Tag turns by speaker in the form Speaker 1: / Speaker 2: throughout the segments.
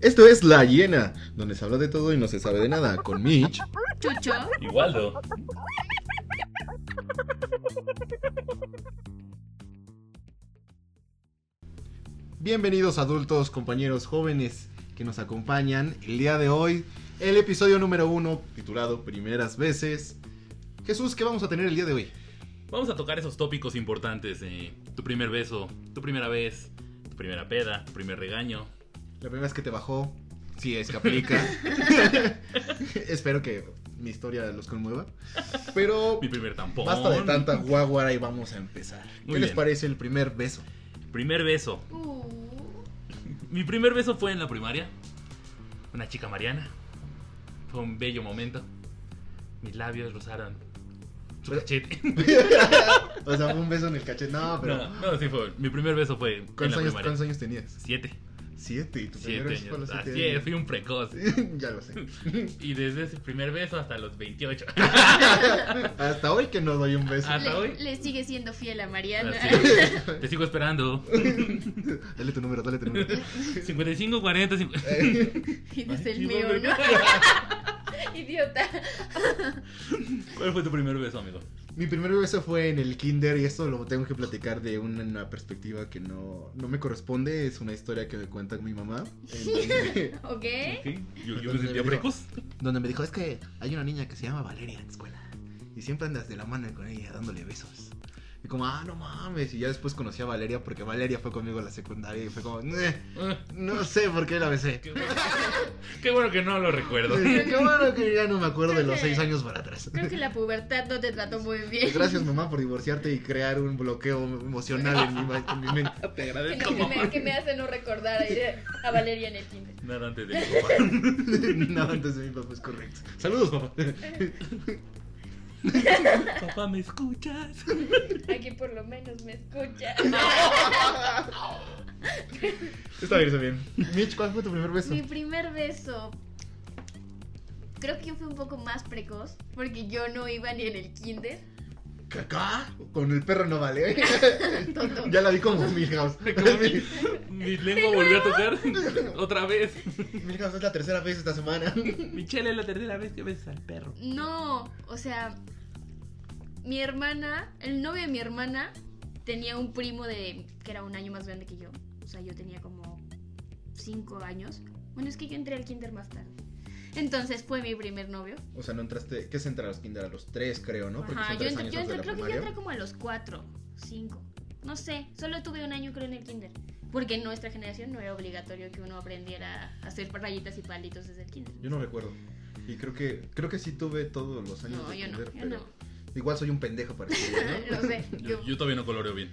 Speaker 1: Esto es La Hiena, donde se habla de todo y no se sabe de nada, con Mitch,
Speaker 2: Chucho,
Speaker 3: Y Waldo.
Speaker 1: Bienvenidos adultos, compañeros jóvenes que nos acompañan el día de hoy. El episodio número uno, titulado Primeras veces. Jesús, ¿qué vamos a tener el día de hoy?
Speaker 3: Vamos a tocar esos tópicos importantes. eh, tu primer beso, tu primera vez, tu primera peda, tu primer regaño.
Speaker 1: La primera vez que te bajó, si es que aplica. Espero que mi historia los conmueva. Pero
Speaker 3: Mi primer tampón.
Speaker 1: basta de tanta guaguara y vamos a empezar. ¿Qué
Speaker 3: Muy
Speaker 1: les
Speaker 3: bien.
Speaker 1: parece el primer beso?
Speaker 3: Primer beso.
Speaker 2: Uh.
Speaker 3: Mi primer beso fue en la primaria. Una chica mariana. Fue un bello momento. Mis labios rozaron su cachete.
Speaker 1: O sea, fue un beso en el cachete. No, pero.
Speaker 3: No, no, sí fue. Mi primer beso fue en la
Speaker 1: ¿Cuántos, años,
Speaker 3: primaria.
Speaker 1: cuántos años tenías?
Speaker 3: Siete.
Speaker 1: Siete. Y tu primer
Speaker 3: Siete
Speaker 1: beso fue a los
Speaker 3: años.
Speaker 1: siete
Speaker 3: Así es,
Speaker 1: años.
Speaker 3: fui un precoz.
Speaker 1: ya lo sé.
Speaker 3: Y desde ese primer beso hasta los 28.
Speaker 1: Hasta hoy que no doy un beso.
Speaker 3: Hasta hoy.
Speaker 2: le, le sigue siendo fiel a Mariana.
Speaker 3: Así es. Te sigo esperando.
Speaker 1: Dale tu número, dale tu número.
Speaker 3: 55, 40, 50.
Speaker 1: Eh,
Speaker 2: Y no es el mío, ¿no? Idiota.
Speaker 3: ¿Cuál fue tu primer beso, amigo?
Speaker 1: mi primer beso fue en el kinder y esto lo tengo que platicar de una, una perspectiva que no, no me corresponde. Es una historia que me cuenta mi mamá. en donde-
Speaker 2: ¿Ok?
Speaker 3: Yo, yo me
Speaker 1: Entonces,
Speaker 3: sentía
Speaker 1: digo-
Speaker 3: precoz.
Speaker 1: donde me dijo, es que hay una niña que se llama Valeria en la escuela. Y siempre andas de la mano con ella dándole besos. Y como, ah, no mames. Y ya después conocí a Valeria porque Valeria fue conmigo a la secundaria y fue como, "Neh,
Speaker 3: Ah,
Speaker 1: no sé por qué la besé.
Speaker 3: Qué bueno, qué bueno que no lo recuerdo.
Speaker 1: Desde que bueno que ya no me acuerdo de los
Speaker 2: Creo que-
Speaker 1: seis años para atrás. Pues
Speaker 2: Creo que la pubertad no te trató muy bien.
Speaker 1: Gracias mamá por divorciarte y crear un bloqueo emocional en mi, ma- en mi mente.
Speaker 3: Te
Speaker 2: Que, no-
Speaker 3: agradezco,
Speaker 2: que
Speaker 3: mamá.
Speaker 2: me, que me hace no recordar a, a Valeria en el kinder.
Speaker 3: Nada antes de mi papá.
Speaker 1: No, entonces mi papá es correcto.
Speaker 3: Saludos, papá. papá, ¿me escuchas?
Speaker 2: Aquí por lo menos me escucha.
Speaker 1: Está bien, está bien. Mitch, ¿cuál fue tu primer beso?
Speaker 2: Mi primer beso. Creo que yo fui un poco más precoz porque yo no iba ni en el kinder.
Speaker 1: ¿Caca? Con el perro no vale.
Speaker 2: Tonto.
Speaker 1: ya la vi como Milhouse.
Speaker 3: Como mi, mi lengua volvió a tocar otra vez.
Speaker 1: Milhouse es la tercera vez esta semana.
Speaker 3: Michelle, es la tercera vez que besas al perro.
Speaker 2: No, o sea, mi hermana, el novio de mi hermana tenía un primo de que era un año más grande que yo. O sea, yo tenía como cinco años. Bueno, es que yo entré al kinder más tarde. Entonces fue mi primer novio.
Speaker 1: O sea, no entraste. ¿Qué se entra a los kinder? A los tres, creo, ¿no?
Speaker 2: Ajá,
Speaker 1: son
Speaker 2: yo
Speaker 1: tres
Speaker 2: entré,
Speaker 1: años
Speaker 2: yo
Speaker 1: antes de
Speaker 2: entré-
Speaker 1: la
Speaker 2: creo que yo
Speaker 1: primaria.
Speaker 2: entré como a los cuatro, cinco. No sé, solo tuve un año creo en el kinder. Porque en nuestra generación no era obligatorio que uno aprendiera a hacer rayitas y palitos desde el kinder.
Speaker 1: Yo no recuerdo. Y creo que creo que sí tuve todos los años
Speaker 2: No,
Speaker 1: de
Speaker 2: yo no,
Speaker 1: kinder,
Speaker 2: yo
Speaker 1: pero
Speaker 2: no.
Speaker 1: igual soy un pendejo para eso, ¿no?
Speaker 2: No Ah, sé,
Speaker 3: Yo,
Speaker 2: yo-
Speaker 3: yo todavía no coloreo bien.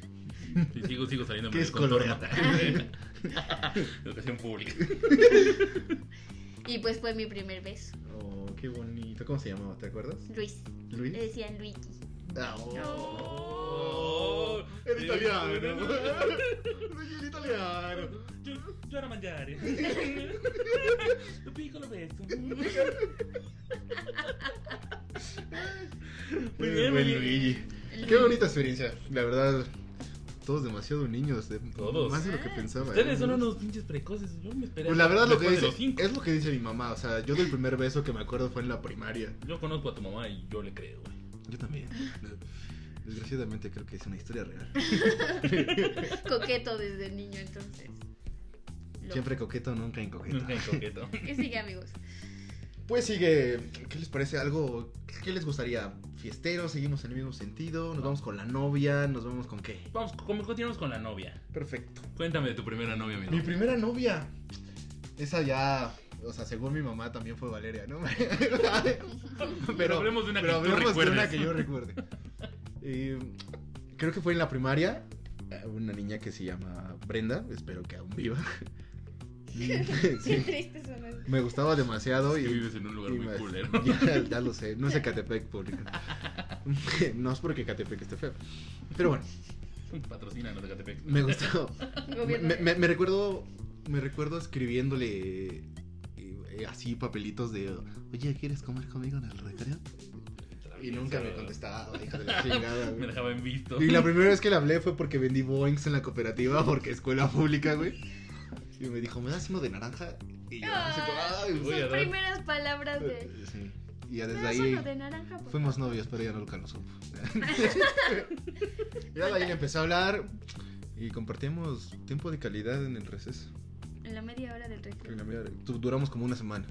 Speaker 3: Y sigo, sigo saliendo
Speaker 1: ¿Qué es coloreata?
Speaker 3: Educación pública.
Speaker 2: Y pues fue mi primer beso.
Speaker 1: Oh, qué bonito. ¿Cómo se llamaba? ¿Te acuerdas?
Speaker 2: Luis.
Speaker 1: Luis.
Speaker 2: Le decían Luigi.
Speaker 1: Ah, oh.
Speaker 3: Oh.
Speaker 1: Era italiano.
Speaker 3: Yo,
Speaker 1: Luigi era italiano.
Speaker 3: yo ero a mangiare. Un piccolo beso. Muy bien, muy
Speaker 1: Buen
Speaker 3: bien.
Speaker 1: Luigi. Qué bonita experiencia. La verdad, todos demasiado niños. de-
Speaker 3: Todos.
Speaker 1: Más de lo que pensaba.
Speaker 3: Ustedes
Speaker 1: ¿eh?
Speaker 3: son unos pinches precoces. Yo me esperé.
Speaker 1: Pues la verdad lo que
Speaker 3: después
Speaker 1: dice,
Speaker 3: de los cinco.
Speaker 1: es lo que dice mi mamá, o sea, yo del primer beso que me acuerdo fue en la primaria.
Speaker 3: Yo conozco a tu mamá y yo le creo, güey.
Speaker 1: Yo también. Desgraciadamente creo que es una historia real.
Speaker 2: Coqueto desde niño, entonces. Lo-
Speaker 1: Siempre coqueto, nunca incoqueto.
Speaker 3: Nunca en coqueto.
Speaker 2: ¿Qué sigue, amigos?
Speaker 1: Pues sigue, ¿qué les parece? ¿Algo? ¿Qué les gustaría? ¿Fiestero? ¿Seguimos en el mismo sentido? ¿Nos vamos con la novia? ¿Nos vamos con qué?
Speaker 3: Vamos, como continuamos con la novia.
Speaker 1: Perfecto.
Speaker 3: Cuéntame de tu primera novia, amigo.
Speaker 1: Mi primera novia. Esa ya, o sea, según mi mamá también fue Valeria, ¿no?
Speaker 3: Pero hablemos de una que tú
Speaker 1: hablemos de una
Speaker 3: recuerdes.
Speaker 1: que yo recuerde. Eh, creo que fue en la primaria. eh, Una niña que se llama Brenda, espero que aún viva.
Speaker 2: Qué
Speaker 1: Sí.
Speaker 2: triste sonó.
Speaker 1: Me gustaba demasiado
Speaker 3: Que
Speaker 1: y,
Speaker 3: vives en un lugar
Speaker 1: y
Speaker 3: muy ¿eh?
Speaker 1: me-
Speaker 3: culero.
Speaker 1: ya, ya lo sé, no es Ecatepec, público. No es porque Ecatepec esté feo. Pero bueno,
Speaker 3: Patrocina, no Catepec.
Speaker 1: me gustó.
Speaker 2: Gobierno.
Speaker 1: Me, me- me recuerdo me recuerdo escribiéndole eh, así papelitos de oye quieres comer conmigo en el recreo y nunca me contestaba hija de la chingada
Speaker 3: Me
Speaker 1: güey.
Speaker 3: dejaba en visto.
Speaker 1: y la primera vez que le hablé fue porque vendí boings en la cooperativa porque escuela pública güey Y me dijo, ¿me das uno de naranja? Y yo, así como,
Speaker 2: Ah,
Speaker 1: "Ay,
Speaker 2: sus
Speaker 1: voy a dar".
Speaker 2: primeras palabras de.
Speaker 1: Sí. Y ya
Speaker 2: "Me
Speaker 1: desde
Speaker 2: das
Speaker 1: ahí
Speaker 2: uno de naranja, por
Speaker 1: fuimos novios, pero ella nunca lo supo. ya de ahí le empecé a hablar y compartíamos tiempo de calidad en el receso.
Speaker 2: favor". En la media hora del recreo.
Speaker 1: En la media- tu- Duramos como una semana.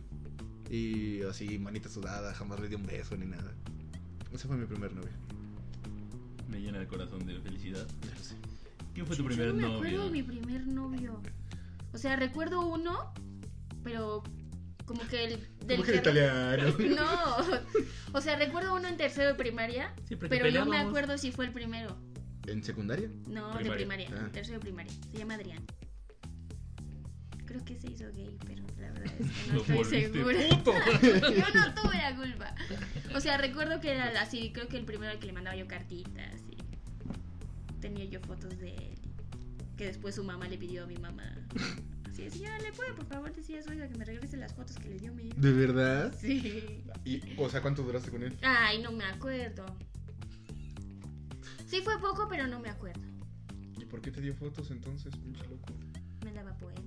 Speaker 1: Y así, manita sudada, jamás le di un beso ni nada. Esa fue mi primer novia.
Speaker 3: Me llena el corazón de felicidad.
Speaker 1: Ya sé.
Speaker 3: ¿Quién fue tu
Speaker 2: Yo
Speaker 3: primer
Speaker 2: no me acuerdo de mi
Speaker 3: novio?
Speaker 2: primer novio. O sea, recuerdo uno, pero como que el del
Speaker 1: ¿Cómo que era italiano?
Speaker 2: No. O sea, recuerdo uno en tercero de primaria,
Speaker 3: Siempre que
Speaker 2: pero no me
Speaker 3: peleábamos.
Speaker 2: acuerdo si fue el primero.
Speaker 1: ¿En secundaria?
Speaker 2: No,
Speaker 3: Primaria.
Speaker 2: de primaria,
Speaker 1: Ah.
Speaker 2: tercero de primaria. Se llama Adrián. Creo que se hizo gay, pero la verdad es que no estoy
Speaker 3: volviste
Speaker 2: segura.
Speaker 3: puto.
Speaker 2: yo no tuve la culpa. O sea, recuerdo que era así, creo que el primero al que le mandaba yo cartitas y tenía yo fotos de él. Que después su mamá le pidió a mi mamá. Así de, señora, ¿le puede por favor decir a su hija que me regrese las fotos que le dio mi hijo?
Speaker 1: ¿De verdad?
Speaker 2: Sí.
Speaker 1: Y, o sea, ¿cuánto duraste con él?
Speaker 2: Ay, no me acuerdo. Sí fue poco, pero no me acuerdo.
Speaker 1: ¿Y por qué te dio fotos entonces, pinche loco?
Speaker 2: Me daba poemas.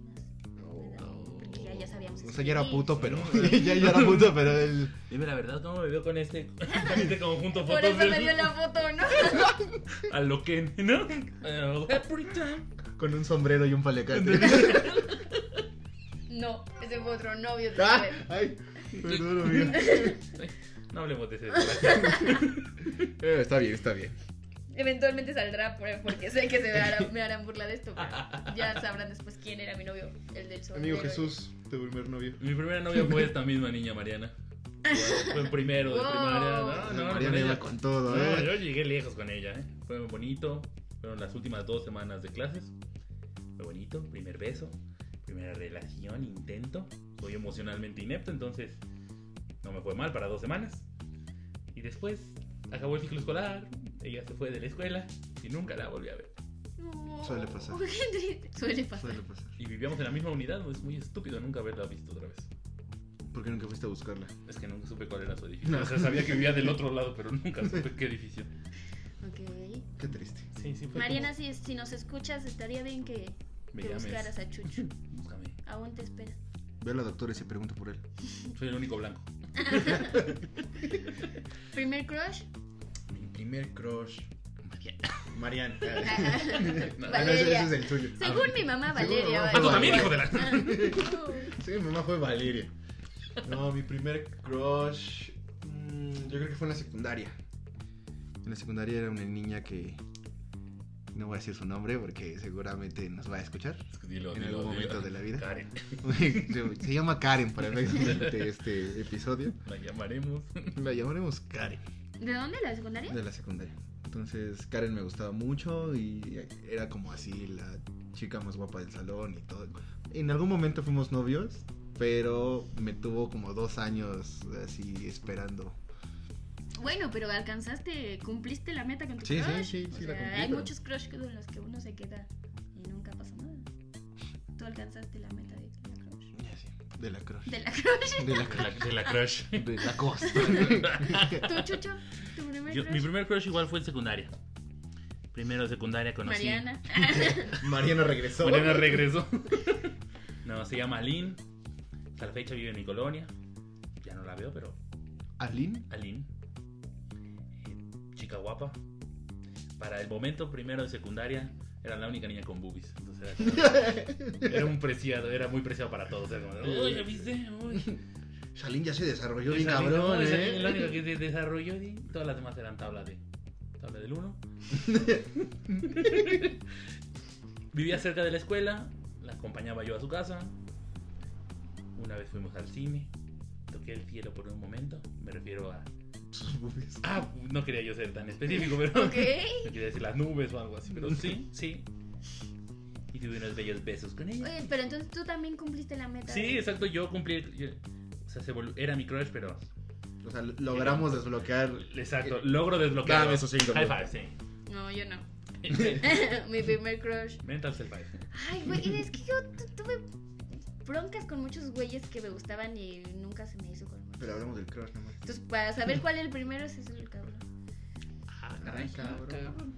Speaker 2: me daba-
Speaker 3: No.
Speaker 2: Porque ya, ya sabíamos.
Speaker 1: O sea, ya era
Speaker 2: escribir.
Speaker 1: puto, pero. ya, ya era puto, pero él.
Speaker 3: Dime la verdad, ¿cómo me veo con este, con este conjunto
Speaker 2: Por
Speaker 3: fotos
Speaker 2: eso
Speaker 3: del-
Speaker 2: le dio la foto, ¿no?
Speaker 3: a lo que, ¿no? Eh, every time.
Speaker 1: Con un sombrero y un palecate.
Speaker 2: No, ese fue otro novio.
Speaker 1: Ah,
Speaker 2: después.
Speaker 1: ¡Ay! Perdón, amigo. Eh,
Speaker 3: No hablemos de ese. desgraciado.
Speaker 1: Eh, está bien, está bien.
Speaker 2: Eventualmente saldrá por- porque sé que se me harán, me harán burla de esto. pero ya sabrán después quién era mi novio, el del sol.
Speaker 1: Amigo Jesús, tu primer novio.
Speaker 3: Mi primera novia fue esta misma niña, Mariana. Fue el primero de
Speaker 2: Wow.
Speaker 3: primaria. No,
Speaker 1: Ah,
Speaker 3: no, con
Speaker 1: Mariana
Speaker 3: ella-
Speaker 1: iba con todo,
Speaker 3: No,
Speaker 1: ¿eh?
Speaker 3: yo llegué lejos con ella, ¿eh? Fue bonito. Fueron las últimas dos semanas de clases. Fue bonito. Primer beso. Primera relación, intento. Soy emocionalmente inepto, entonces no me fue mal para dos semanas. Y después acabó el ciclo escolar. Ella se fue de la escuela y nunca la volví a ver.
Speaker 2: No.
Speaker 1: Suele pasar.
Speaker 2: Qué triste. Suele pasar.
Speaker 1: Suele pasar.
Speaker 3: Y vivíamos en la misma unidad. Es muy estúpido nunca haberla visto otra vez.
Speaker 1: ¿Por qué nunca fuiste a buscarla?
Speaker 3: Es que nunca supe cuál era su edificio. O sea, sabía que vivía del otro lado, pero nunca supe qué edificio.
Speaker 2: Ok.
Speaker 1: Qué triste.
Speaker 3: Sí, sí, fue
Speaker 2: Mariana, si, si nos escuchas, estaría bien que,
Speaker 3: como,
Speaker 2: que
Speaker 3: "Me llames".
Speaker 2: buscaras a Chucho.
Speaker 3: Búscame.
Speaker 2: Aún te espera.
Speaker 1: Ve a la doctora y se pregunta por él.
Speaker 3: Soy el único blanco.
Speaker 2: ¿Primer crush?
Speaker 1: Mi primer crush. Mariana.
Speaker 3: No,
Speaker 1: Ah, no, ese,
Speaker 2: Valeria.
Speaker 1: ese es el tuyo. Ah,
Speaker 2: Según mi mamá, Valeria.
Speaker 1: mamá.
Speaker 3: Ah, tú
Speaker 2: vale.
Speaker 3: también, hijo de la.
Speaker 1: Sí, mi mamá fue Valeria. No, mi primer crush. mm, Yo creo que fue en la secundaria. En la secundaria era una niña que. No voy a decir su nombre porque seguramente nos va a escuchar.
Speaker 3: Dilo,
Speaker 1: En algún momento de la vida.
Speaker 3: Karen,
Speaker 1: Se se llama Karen para efectos de este episodio.
Speaker 3: la llamaremos.
Speaker 1: La llamaremos Karen
Speaker 2: ¿De dónde? ¿La secundaria?
Speaker 1: de la secundaria. Entonces Karen me gustaba mucho y era como así la chica más guapa del salón y todo. En algún momento fuimos novios, pero me tuvo como dos años así esperando.
Speaker 2: Bueno, pero alcanzaste, cumpliste la meta con tu
Speaker 1: Sí, sí,
Speaker 2: crush.
Speaker 1: sí, sí,
Speaker 2: O
Speaker 1: la
Speaker 2: sea,
Speaker 1: cumplí,
Speaker 2: Hay
Speaker 1: pero-
Speaker 2: muchos crush con los que uno se queda y nunca pasa nada. Tú alcanzaste la meta de la crush.
Speaker 1: Y así, de la crush.
Speaker 2: De la crush.
Speaker 1: De la
Speaker 3: De
Speaker 1: crush.
Speaker 3: la, de la crush.
Speaker 1: De la costa.
Speaker 2: ¿Tú, Chucho? ¿Tu primer
Speaker 3: Yo-
Speaker 2: crush?
Speaker 3: mi primer crush igual fue en secundaria. Primero de secundaria conocí.
Speaker 2: Mariana.
Speaker 1: Mariana regresó.
Speaker 3: Mariana regresó. No, se llama Aline. Hasta la fecha vive en mi colonia. Ya no la veo, pero
Speaker 1: ¿Aline?
Speaker 3: Aline. eh, Chica guapa. Para el momento primero de secundaria era la única niña con boobies. Entonces era, como- era un preciado, era muy preciado para todos. Era como, de, uy, ¿ya viste? Uy.
Speaker 1: Aline ya se desarrolló bien
Speaker 3: Esa niña-
Speaker 1: cabrón,
Speaker 3: no, esa niña
Speaker 1: ¿eh?
Speaker 3: es La única que se desarrolló y todas las demás eran tabla de. Tabla del 1. Vivía cerca de la escuela, la acompañaba yo a su casa. Una vez fuimos al cine, toqué el cielo por un momento, me refiero a
Speaker 1: Sus boobies.
Speaker 3: Ah, no quería yo ser tan específico, pero.
Speaker 2: ok.
Speaker 3: No quería decir las nubes o algo así, pero sí, sí. Y tuve unos bellos besos con ella.
Speaker 2: Oye, pero entonces tú también cumpliste la meta.
Speaker 3: Sí,
Speaker 2: de-
Speaker 3: exacto, yo cumplí. yo- o sea, se volvió- era mi crush, pero.
Speaker 1: O sea, logramos desbloquear.
Speaker 3: Exacto, logro desbloquear.
Speaker 1: Dame esos cinco
Speaker 3: High
Speaker 1: minutos.
Speaker 3: five, sí.
Speaker 2: No, yo no. mi primer crush.
Speaker 3: Mental self five.
Speaker 2: Ay, güey, es que yo tu- tuve broncas con muchos güeyes que me gustaban y nunca se me hizo con uno.
Speaker 1: Pero hablamos del crush nomás.
Speaker 2: Entonces, para saber cuál es el primero, ese es el cabrón.
Speaker 3: Ah,
Speaker 1: caray,
Speaker 3: cabrón.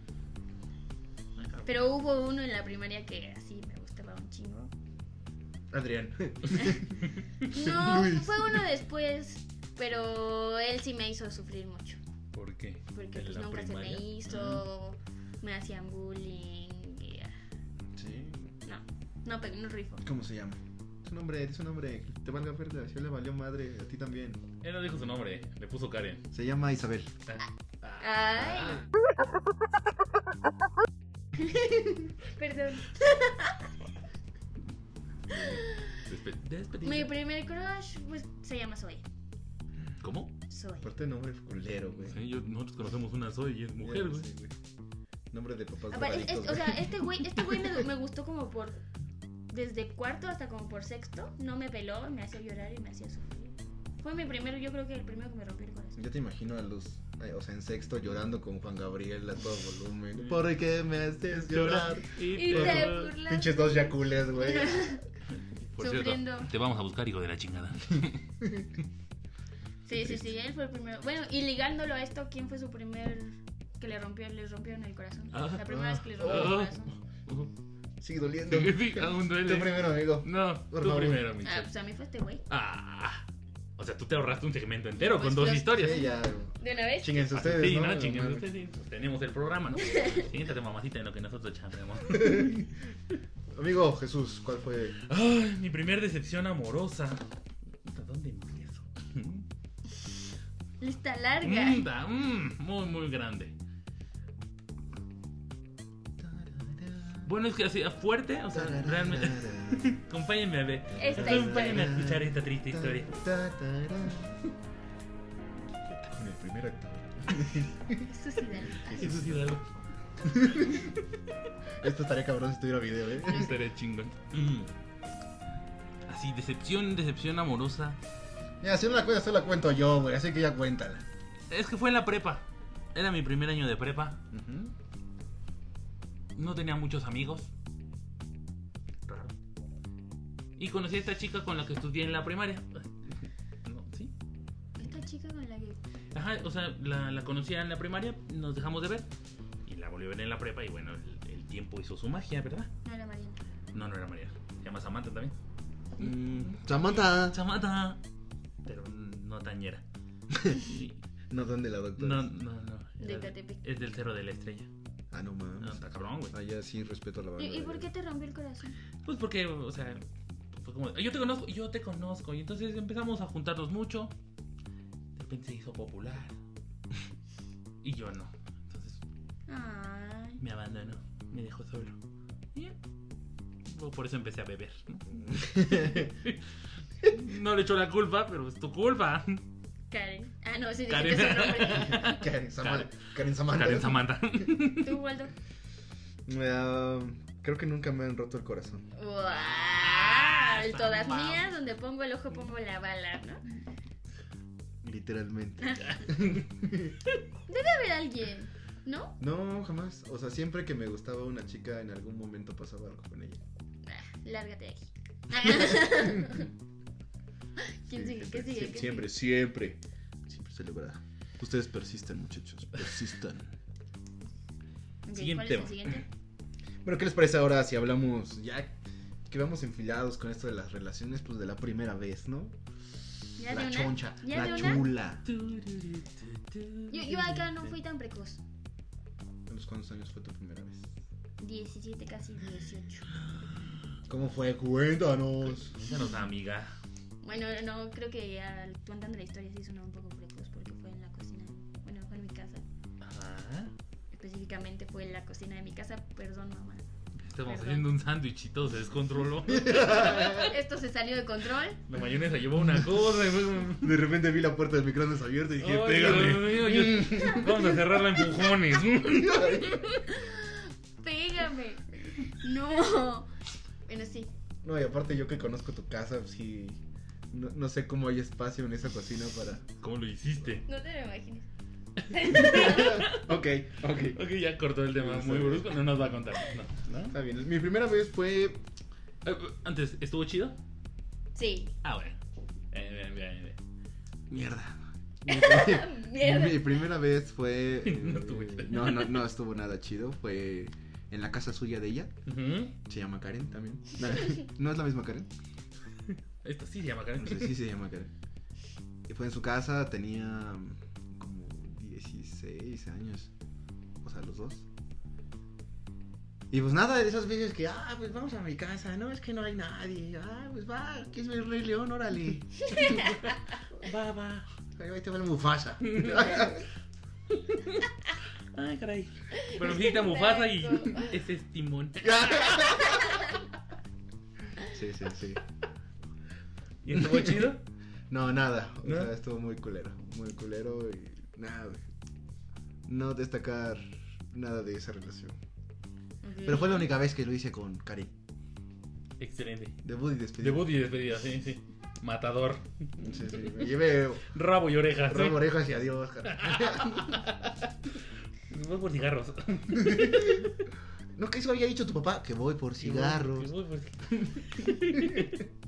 Speaker 2: Pero hubo uno en la primaria que así me gustaba un chingo.
Speaker 1: Adrián.
Speaker 2: No,
Speaker 1: Luis.
Speaker 2: fue uno después, pero él sí me hizo sufrir mucho.
Speaker 3: ¿Por qué?
Speaker 2: Porque
Speaker 3: ¿En
Speaker 2: pues,
Speaker 3: la
Speaker 2: nunca
Speaker 3: primaria? Mm.
Speaker 2: se me hizo, me hacían bullying. y, ah,
Speaker 1: Sí.
Speaker 2: no, no, pero no rifo.
Speaker 1: ¿Cómo se llama? Su nombre, di su nombre. que Te valga verga. Si le valió madre, a ti también.
Speaker 3: Ah, Él no dijo su nombre, le puso Karen.
Speaker 1: Se llama Isabel.
Speaker 2: Ay.
Speaker 3: Ah.
Speaker 2: Perdón.
Speaker 3: Despe- despedido.
Speaker 2: Mi primer crush pues, se llama Zoe.
Speaker 3: ¿Cómo?
Speaker 2: Zoe.
Speaker 1: Aparte, nombre culero, güey.
Speaker 3: Sí, Pues, eh, yo- nosotros conocemos una soy y es mujer, güey.
Speaker 1: Sí, Nombre de papás
Speaker 2: Ah, pero es- es-
Speaker 1: drogadictos,
Speaker 2: o
Speaker 1: güey.
Speaker 2: sea, este güey, este güey me, me gustó como por. Desde cuarto hasta como por sexto. No me peló, me hacía llorar y me hacía sufrir. Fue mi primero, yo creo que el primero que me rompió el corazón.
Speaker 1: Yo te imagino a los, ay, o sea, en sexto llorando con Juan Gabriel a todo volumen. ¿Por qué me haces llorar? te
Speaker 2: Y te
Speaker 1: burlas.
Speaker 2: burlas.
Speaker 1: Pinches dos yacules, güey.
Speaker 3: Por
Speaker 2: Sufriendo.
Speaker 3: cierto, te vamos a buscar, hijo de la chingada.
Speaker 2: Sí, sí, sí, él fue el primero. Bueno, y ligándolo a esto, ¿quién fue su primer que le rompió, le rompieron el corazón?
Speaker 3: Ah.
Speaker 2: La primera vez que le rompió el
Speaker 3: Ah.
Speaker 2: corazón.
Speaker 1: Sigue doliendo.
Speaker 3: Sí, sí, aún duele.
Speaker 1: Tu primero, amigo.
Speaker 3: No,
Speaker 1: Por
Speaker 3: tú
Speaker 1: favor.
Speaker 3: primero,
Speaker 2: Ah,
Speaker 3: Michelle.
Speaker 2: pues a mí fue este güey.
Speaker 3: Ah, o sea, tú te ahorraste un segmento entero
Speaker 2: Pues
Speaker 3: con dos
Speaker 2: los-
Speaker 3: historias.
Speaker 1: Sí, ya.
Speaker 2: ¿De una vez?
Speaker 1: Chinguense
Speaker 3: Así,
Speaker 1: ustedes,
Speaker 3: Ah, sí,
Speaker 1: ¿no?
Speaker 3: ¿no? Chingues, ustedes, sí. Pues tenemos el programa, ¿no? Siéntate, mamacita, en lo que nosotros chamemos.
Speaker 1: Amigo Jesús, ¿cuál fue?
Speaker 3: Ay, mi primer decepción amorosa. Puta, ¿Dónde empiezo?
Speaker 2: Lista larga.
Speaker 3: Mm, da, mm, muy, muy grande. Bueno, es que así, a fuerte, o sea, realmente. Acompáñenme a ver.
Speaker 2: Esta
Speaker 3: Acompáñenme a
Speaker 1: historia.
Speaker 3: escuchar esta triste historia.
Speaker 1: Ta, ta, tará. Con el primer actor.
Speaker 2: Eso sí, dale.
Speaker 3: Eso sí, dale.
Speaker 1: Esto estaría cabrón si tuviera video, ¿eh?
Speaker 3: Estaría chingón. Mm. Así, decepción, decepción amorosa.
Speaker 1: Mira, si no la cuentas, se la cuento yo, güey. Así que ya cuéntala.
Speaker 3: Es que fue en la prepa. Era mi primer año de prepa.
Speaker 1: Ujú.
Speaker 3: No tenía muchos amigos. Raro. Y conocí a esta chica con la que estudié en la primaria. No, ¿sí?
Speaker 2: Esta chica con la que.
Speaker 3: Ajá, o sea, la, la conocía en la primaria, nos dejamos de ver. Y la volví a ver en la prepa y bueno, el, el tiempo hizo su magia, ¿verdad?
Speaker 2: No era Mariana.
Speaker 3: No, no era María. Se llama Samantha también.
Speaker 1: Mm. Samantha.
Speaker 3: Samantha. Pero no tañera. Sí.
Speaker 1: No son de la doctora.
Speaker 3: No, no, no.
Speaker 2: De
Speaker 3: Era-
Speaker 2: Catepec.
Speaker 3: Es del Cerro de la Estrella.
Speaker 1: Ah, no mames.
Speaker 3: No, está cabrón, güey.
Speaker 1: Ah, ya sí respeto a la banda.
Speaker 2: ¿Y, y por qué te rompió el corazón?
Speaker 3: Pues porque, o sea, fue como, yo te conozco, yo te conozco. Y entonces empezamos a juntarnos mucho. De repente se hizo popular. Y yo no. Entonces
Speaker 2: Ay.
Speaker 3: me abandonó, me dejó solo. Y ya. Luego por eso empecé a beber. ¿no? No le echo la culpa, pero es tu culpa.
Speaker 2: Karen. Ah, no, sí,
Speaker 3: Karen.
Speaker 2: dijiste su nombre.
Speaker 1: Karen Samantha. Karen Samantha.
Speaker 3: Karen Samantha.
Speaker 2: Tú, Waldo.
Speaker 1: Ah, creo que nunca me han roto el corazón.
Speaker 3: Ah,
Speaker 2: Guau,
Speaker 3: esa
Speaker 2: Todas
Speaker 3: mam-
Speaker 2: mías, donde pongo el ojo, pongo la bala, ¿no?
Speaker 1: Literalmente.
Speaker 2: Debe haber alguien, ¿no?
Speaker 1: No, jamás. O sea, siempre que me gustaba una chica, en algún momento pasaba algo con ella.
Speaker 2: Ah, lárgate de aquí. ¿Quién
Speaker 1: Sí,
Speaker 2: sigue?
Speaker 1: siempre,
Speaker 2: ¿Qué sigue?
Speaker 1: sie-
Speaker 2: ¿Qué
Speaker 1: Siempre, siempre. Siempre se logra. Ustedes persisten, muchachos. Persistan.
Speaker 2: sigue? Ok,
Speaker 3: Siguiente
Speaker 2: ¿Cuál es
Speaker 3: tema.
Speaker 2: el siguiente?
Speaker 1: bueno, ¿qué les parece ahora si hablamos ya? Que vamos enfilados con esto de las relaciones, pues de la primera vez, ¿no?
Speaker 2: ¿Ya de
Speaker 1: La
Speaker 2: una?
Speaker 1: choncha,
Speaker 2: ¿Ya
Speaker 1: la
Speaker 2: de una?
Speaker 1: chula.
Speaker 2: Yo, yo acá no fui tan precoz.
Speaker 1: ¿A los cuántos años fue tu primera vez?
Speaker 2: 17, casi 18.
Speaker 1: ¿Cómo fue? Cuéntanos.
Speaker 3: Cuéntanos, amiga.
Speaker 2: Bueno, no, creo que al- contando la historia sí sonó un poco precoz porque fue en la cocina. Bueno, fue en mi casa.
Speaker 3: Ajá.
Speaker 2: Específicamente fue en la cocina de mi casa. Perdón, mamá.
Speaker 3: Estamos
Speaker 2: Perdón.
Speaker 3: haciendo un sándwich y todo se descontroló.
Speaker 2: Esto se salió de control.
Speaker 3: La mayonesa llevó una cosa y fue como-
Speaker 1: De repente vi la puerta del microondas abierta y dije,
Speaker 3: Ay,
Speaker 1: pégale. Mm.
Speaker 3: Dios mío, yo- Vamos a cerrarla en empujones.
Speaker 2: Pégame. No. Bueno, sí.
Speaker 1: No, y aparte yo que conozco tu casa, pues sí. No, no sé cómo hay espacio en esa cocina para.
Speaker 3: ¿Cómo lo hiciste?
Speaker 2: No te lo imagines.
Speaker 1: ok, ok.
Speaker 3: Ok, ya cortó el tema muy brusco, no nos va a contar. no.
Speaker 1: Está bien. Mi primera vez fue.
Speaker 3: Eh, Antes, ¿estuvo chido?
Speaker 2: Sí.
Speaker 3: Ah, bueno. Bien, bien, bien, bien.
Speaker 1: Mierda.
Speaker 2: Ah, Mierda.
Speaker 1: Mi primera vez fue. eh,
Speaker 3: No estuvo chido.
Speaker 1: no, no, no estuvo nada chido. Fue en la casa suya de ella.
Speaker 3: Ujú.
Speaker 1: Se llama Karen también. No, no es la misma Karen.
Speaker 3: Esto sí se llama Karen.
Speaker 1: No sé, sí se llama Karen. Y fue en su casa, tenía como 16 años. O sea, los dos. Y pues nada, de esas veces que, ah, pues vamos a mi casa, no, es que no hay nadie. Ah, pues va, ¿quieres ver Rey León? Órale. va, va. Ahí va, te va el Mufasa.
Speaker 3: Ay, caray. Pero visita Mufasa y ese es Timón.
Speaker 1: sí, sí, sí.
Speaker 3: ¿Y estuvo chido?
Speaker 1: No, nada. O
Speaker 3: ¿No?
Speaker 1: sea, estuvo muy culero. Muy culero y nada, güey. No destacar nada de esa relación. Pero fue la única vez que lo hice con Karim.
Speaker 3: Excelente.
Speaker 1: Debut y despedida.
Speaker 3: Debut y despedida, sí, sí. Matador.
Speaker 1: Sí, sí. Me llevé
Speaker 3: Rabo y orejas.
Speaker 1: rabo
Speaker 3: ¿Ah, ¿sí?
Speaker 1: orejas y adiós, carnal.
Speaker 3: Voy por cigarros.
Speaker 1: No, que eso había dicho tu papá, que voy por cigarros.
Speaker 3: Voy por-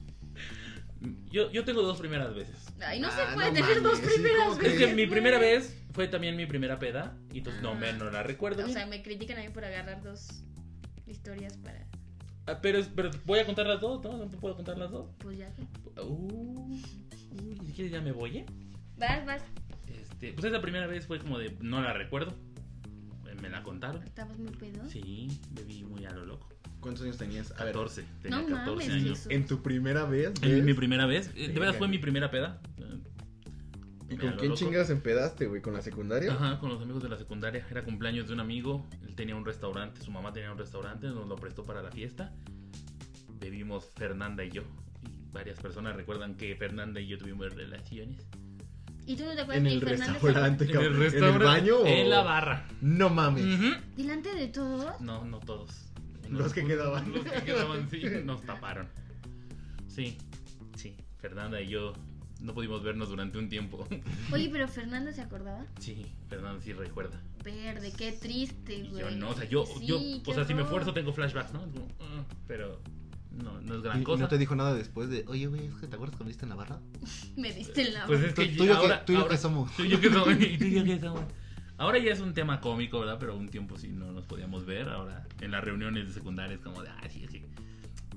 Speaker 3: Yo, yo tengo dos primeras veces.
Speaker 2: Ay, no
Speaker 1: Ah,
Speaker 2: se puede
Speaker 1: no
Speaker 2: tener
Speaker 1: mames,
Speaker 2: dos
Speaker 1: sí,
Speaker 2: primeras
Speaker 1: ¿cómo
Speaker 3: Es
Speaker 2: veces.
Speaker 3: que mi
Speaker 2: güey.
Speaker 3: primera vez fue también mi primera peda, y entonces no me no la recuerdo.
Speaker 2: O
Speaker 3: bien.
Speaker 2: sea, me critican a mí por agarrar dos historias para.
Speaker 3: Ah, pero, es- pero voy a contar las dos, ¿no? No puedo contar las dos.
Speaker 2: Pues ya.
Speaker 3: Uh, uh, ni siquiera ya me voy, ¿eh?
Speaker 2: Vas, vas.
Speaker 3: Este, pues esa primera vez fue como de no la recuerdo. Eh, Me la contaron.
Speaker 2: Estabas muy pedo.
Speaker 3: Sí, bebí muy a lo loco.
Speaker 1: ¿Cuántos años tenías? A ver,
Speaker 3: 14, tenía
Speaker 2: No
Speaker 3: 14
Speaker 2: mames,
Speaker 3: años.
Speaker 2: Jesús.
Speaker 1: en tu primera vez.
Speaker 3: Eh,
Speaker 1: ¿ves?
Speaker 3: mi primera vez, eh, de
Speaker 1: Verga,
Speaker 3: verdad fue mi
Speaker 1: güey.
Speaker 3: primera peda.
Speaker 1: ¿Y
Speaker 3: Mira,
Speaker 1: con
Speaker 3: lo
Speaker 1: quién
Speaker 3: loco.
Speaker 1: chingas empedaste, güey? ¿Con la secundaria?
Speaker 3: Ajá, con los amigos de la secundaria. Era cumpleaños de un amigo. Él tenía un restaurante, su mamá tenía un restaurante, nos lo prestó para la fiesta. Bebimos Fernanda y yo. Y varias personas recuerdan que Fernanda y yo tuvimos relaciones.
Speaker 2: ¿Y tú no te acuerdas
Speaker 1: En
Speaker 2: que
Speaker 1: el
Speaker 2: el Fernández
Speaker 1: restaurante, cabrón. ¿En el baño o...?
Speaker 3: En la barra.
Speaker 1: No mames.
Speaker 3: Ujú.
Speaker 2: delante de todos?
Speaker 3: No, no todos.
Speaker 1: Los que quedaban.
Speaker 3: Los que quedaban, sí, nos taparon. Sí, sí. Fernanda y yo no pudimos vernos durante un tiempo.
Speaker 2: Oye, pero Fernanda se acordaba.
Speaker 3: Sí, Fernanda sí recuerda.
Speaker 2: Verde, qué triste,
Speaker 3: Y
Speaker 2: güey.
Speaker 3: yo no, o sea, yo,
Speaker 2: Sí,
Speaker 3: yo
Speaker 2: qué
Speaker 3: o sea, si me
Speaker 2: horror.
Speaker 3: esfuerzo tengo flashbacks, ¿no? Es como, ah, pero no, no es
Speaker 1: ¿Y-
Speaker 3: gran
Speaker 1: y
Speaker 3: cosa.
Speaker 1: no te dijo nada después de, oye, güey, es que te acuerdas cuando viste en la barra?
Speaker 2: Me diste en la
Speaker 3: Pues es
Speaker 1: Tú,
Speaker 3: que
Speaker 1: tú y yo,
Speaker 3: ahora,
Speaker 1: que, tú y yo
Speaker 3: ahora-
Speaker 1: que somos.
Speaker 3: tú y yo que somos- y tú y yo que somos. Ahora ya es un tema cómico, ¿verdad? Pero un tiempo sí no nos podíamos ver. Ahora en las reuniones de secundaria es como de, ah, sí, sí.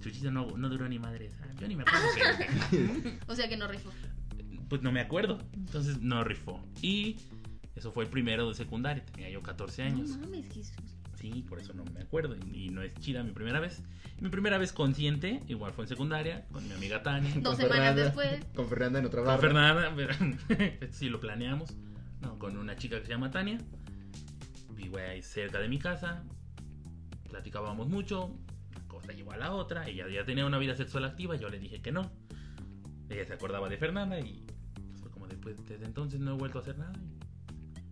Speaker 3: Chuchito no, no duró ni madres. Ah, yo ni me acuerdo. que-
Speaker 2: O sea, que no rifó.
Speaker 3: pues no me acuerdo. Entonces no rifó. Y eso fue el primero de secundaria. Tenía yo 14
Speaker 2: No
Speaker 3: años.
Speaker 2: mames, Jesús.
Speaker 3: Sí, por eso no me acuerdo. Y, y no es chida mi primera vez. Mi primera vez consciente, igual fue en secundaria, con mi amiga Tania.
Speaker 2: Dos
Speaker 1: Con
Speaker 2: semanas
Speaker 1: Fernanda-
Speaker 2: después.
Speaker 1: Con Fernanda en otra
Speaker 3: Con
Speaker 1: barra.
Speaker 3: Fernanda, pero- sí lo planeamos. No, con una chica que se llama Tania. Vivo ahí cerca de mi casa. Platicábamos mucho. Una cosa llevó a la otra. Ella ya tenía una vida sexual activa. Yo le dije que no. Ella se acordaba de Fernanda y pues, fue como después, desde entonces no he vuelto a hacer nada. y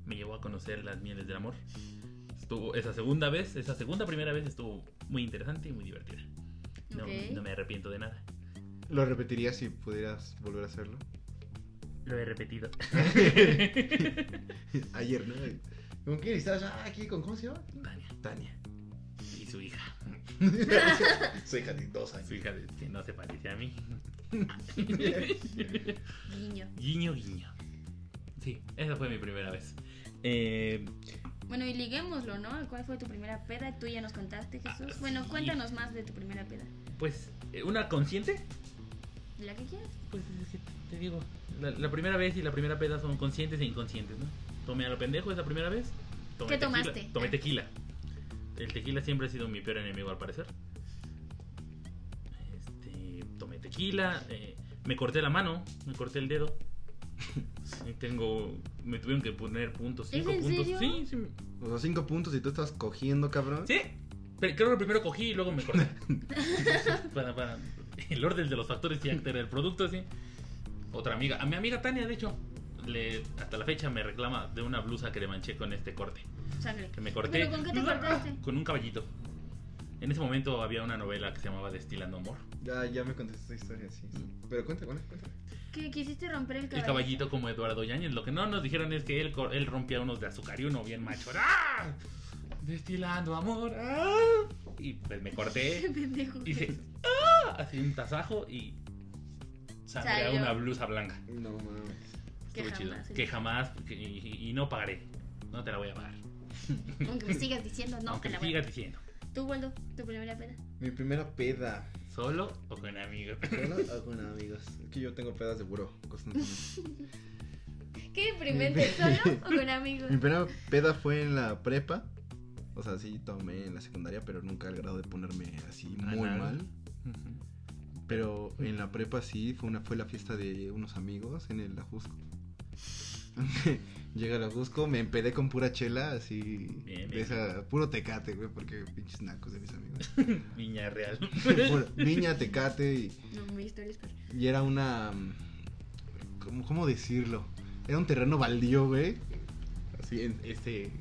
Speaker 3: me llevó a conocer las mieles del amor. Estuvo esa segunda vez, esa segunda primera vez estuvo muy interesante y muy divertida. No-
Speaker 2: Ok.
Speaker 3: no me arrepiento de nada.
Speaker 1: ¿Lo repetirías si pudieras volver a hacerlo?
Speaker 3: Lo he repetido.
Speaker 1: Ayer, ¿no? ¿Con quién estabas? Ah, aquí, ¿con cómo se llama?
Speaker 3: Tania
Speaker 1: Tania.
Speaker 3: y su hija.
Speaker 1: Soy hija de dos años.
Speaker 3: Su hija de- que no se parece a mí.
Speaker 2: Guiño.
Speaker 3: Guiño, guiño. Sí, esa fue mi primera vez. Eh,
Speaker 2: Bueno, y liguémoslo, ¿no? ¿Cuál fue tu primera peda? Tú ya nos contaste, Jesús.
Speaker 3: Ah,
Speaker 2: Bueno,
Speaker 3: sí.
Speaker 2: cuéntanos más de tu primera peda.
Speaker 3: pues, eh, ¿una consciente?
Speaker 2: La que quieras.
Speaker 3: Pues es que te digo, la, la primera vez y la primera peda son conscientes e inconscientes, ¿no? Tomé a lo pendejo esa primera vez. Tomé
Speaker 2: ¿Qué
Speaker 3: tequila-
Speaker 2: tomaste? Ah.
Speaker 3: Tomé tequila. El tequila siempre ha sido mi peor enemigo, al parecer. Este, tomé tequila, eh, me corté la mano, me corté el dedo. Sí, tengo, me tuvieron que poner puntos, cinco
Speaker 2: en
Speaker 3: puntos.
Speaker 2: serio?
Speaker 3: Sí, sí,
Speaker 1: O sea, cinco puntos y tú estás cogiendo, cabrón.
Speaker 3: Sí, pero creo que primero cogí y luego me corté. para, para el orden de los factores y actor del producto, sí. Otra amiga, a mi amiga Tania, de hecho, le, hasta la fecha me reclama de una blusa que le manché con este corte.
Speaker 2: Sangre.
Speaker 3: Que me corté.
Speaker 2: ¿Pero con qué te cortaste?
Speaker 3: Con un caballito. En ese momento había una novela que se llamaba Destilando Amor.
Speaker 1: Ya, ya me contaste esta historia, sí. sí. Pero cuenta, cuenta, cuenta.
Speaker 2: ¿Qué quisiste romper el
Speaker 3: El
Speaker 2: caballito?
Speaker 3: caballito como Eduardo Yáñez. Lo que no nos dijeron es que él, co- él rompía unos de azúcar y uno bien macho. ¡Ah! Destilando amor. ¡Ah! Y pues me corté.
Speaker 2: Qué pendejo.
Speaker 3: Y se. ¡Ah! Así un tasajo y. Sangre a
Speaker 2: Salió.
Speaker 3: una blusa blanca.
Speaker 1: No mames.
Speaker 2: Que
Speaker 3: Estuvo chido.
Speaker 2: jamás, sí.
Speaker 3: Que jamás. que- y, y no pagaré. No te la voy a pagar.
Speaker 2: Aunque me sigas diciendo, no,
Speaker 3: Aunque
Speaker 2: te
Speaker 3: me
Speaker 2: la voy a-
Speaker 3: sigas diciendo.
Speaker 2: Tú, Waldo, tu primera peda.
Speaker 1: Mi primera peda.
Speaker 3: ¿Solo o con amigos?
Speaker 1: ¿Solo o con amigos? Es que yo tengo pedas de buró constantemente.
Speaker 2: Qué deprimente, solo o con amigos.
Speaker 1: Mi primera peda fue en la prepa. O sea, sí tomé en la secundaria, pero nunca al grado de ponerme así muy
Speaker 3: Anal.
Speaker 1: mal. Pero en la prepa sí, fue una fue la fiesta de unos amigos en el Ajusco. Llegué al Ajusco, me empedé con pura chela, así.
Speaker 3: Bien,
Speaker 1: de
Speaker 3: bien.
Speaker 1: esa, puro tecate, güey, porque pinches nacos de mis amigos.
Speaker 3: Viña Real.
Speaker 1: Puro- niña, tecate y.
Speaker 2: No, mi historia es peor.
Speaker 1: Y era una. mm, ¿Cómo, cómo decirlo? Era un terreno baldío, güey. Así, en- este.